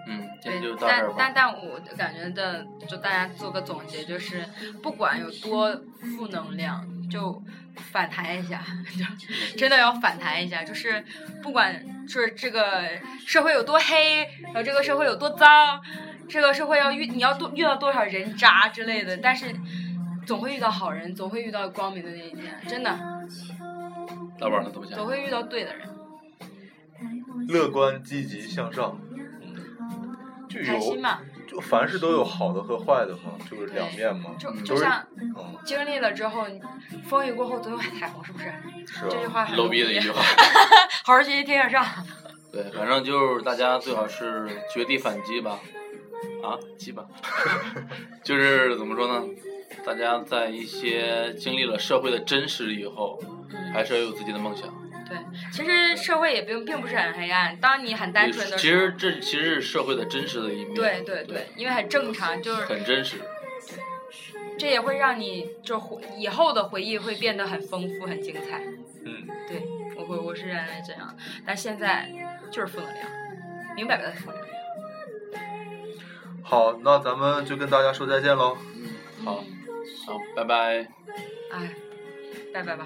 Speaker 1: 嗯，今天
Speaker 2: 对
Speaker 1: 就，到这
Speaker 2: 但
Speaker 1: 儿吧
Speaker 2: 但。但我感觉的，就大家做个总结，就是不管有多负能量，就反弹一下，就真的要反弹一下，就是不管就是这个社会有多黑，然后这个社会有多脏，这个社会要遇你要多遇到多少人渣之类的，但是总会遇到好人，总会遇到光明的那一天，真的
Speaker 1: 老板儿能怎么想
Speaker 2: 总？会遇到对的人。
Speaker 3: 乐观积极向上，就
Speaker 2: 开心
Speaker 3: 有
Speaker 2: 嘛，
Speaker 3: 就凡事都有好的和坏的嘛，就是两面嘛，
Speaker 2: 就
Speaker 1: 嗯
Speaker 2: 就像
Speaker 3: 嗯，
Speaker 2: 经历了之后，风雨过后总有彩虹，是不是？
Speaker 3: 是
Speaker 2: 这句
Speaker 3: 啊，
Speaker 2: 话很
Speaker 1: low 逼的一句话。
Speaker 2: 好好学习，天天向上。
Speaker 1: 对，反正就是大家最好是绝地反击吧，啊，击吧， [laughs] 就是怎么说呢？大家在一些经历了社会的真实以后，还是要有自己的梦想。
Speaker 2: 对，其实社会也并并不是很黑暗，当你很单纯的
Speaker 1: 其
Speaker 2: 时候，
Speaker 1: 实这其实是社会的真实的一面。
Speaker 2: 对对对，因为很正常，就是
Speaker 1: 很真实。
Speaker 2: 这也会让你就回以后的回忆会变得很丰富、很精彩。
Speaker 3: 嗯，
Speaker 2: 对，我会我是认为这样，但现在就是负能量，明摆着的负能量。
Speaker 3: 好，那咱们就跟大家说再见喽。
Speaker 1: 嗯，好，好，拜拜。
Speaker 2: 哎，拜拜吧。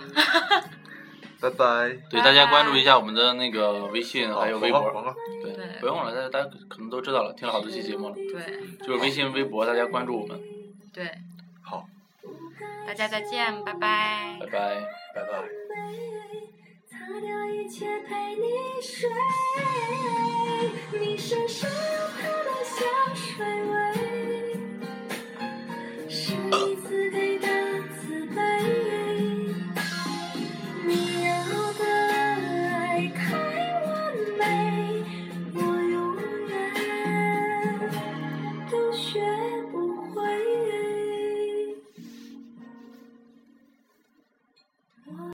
Speaker 3: 拜拜。
Speaker 1: 对，
Speaker 2: 拜拜
Speaker 1: 大家关注一下我们的那个微
Speaker 3: 哦
Speaker 1: 信还有微
Speaker 3: 广告广
Speaker 1: 博。
Speaker 3: 告
Speaker 1: 对
Speaker 2: 对，
Speaker 1: 不用了，大家大家可能都知道了，听了好多期节目了。
Speaker 2: 对
Speaker 1: 就是微信、微博，大家关注我们，
Speaker 2: 对，
Speaker 3: 好，
Speaker 2: 大家再见，拜拜
Speaker 1: 拜。拜。
Speaker 3: 拜拜。
Speaker 4: 擦掉一切陪你睡，你深深。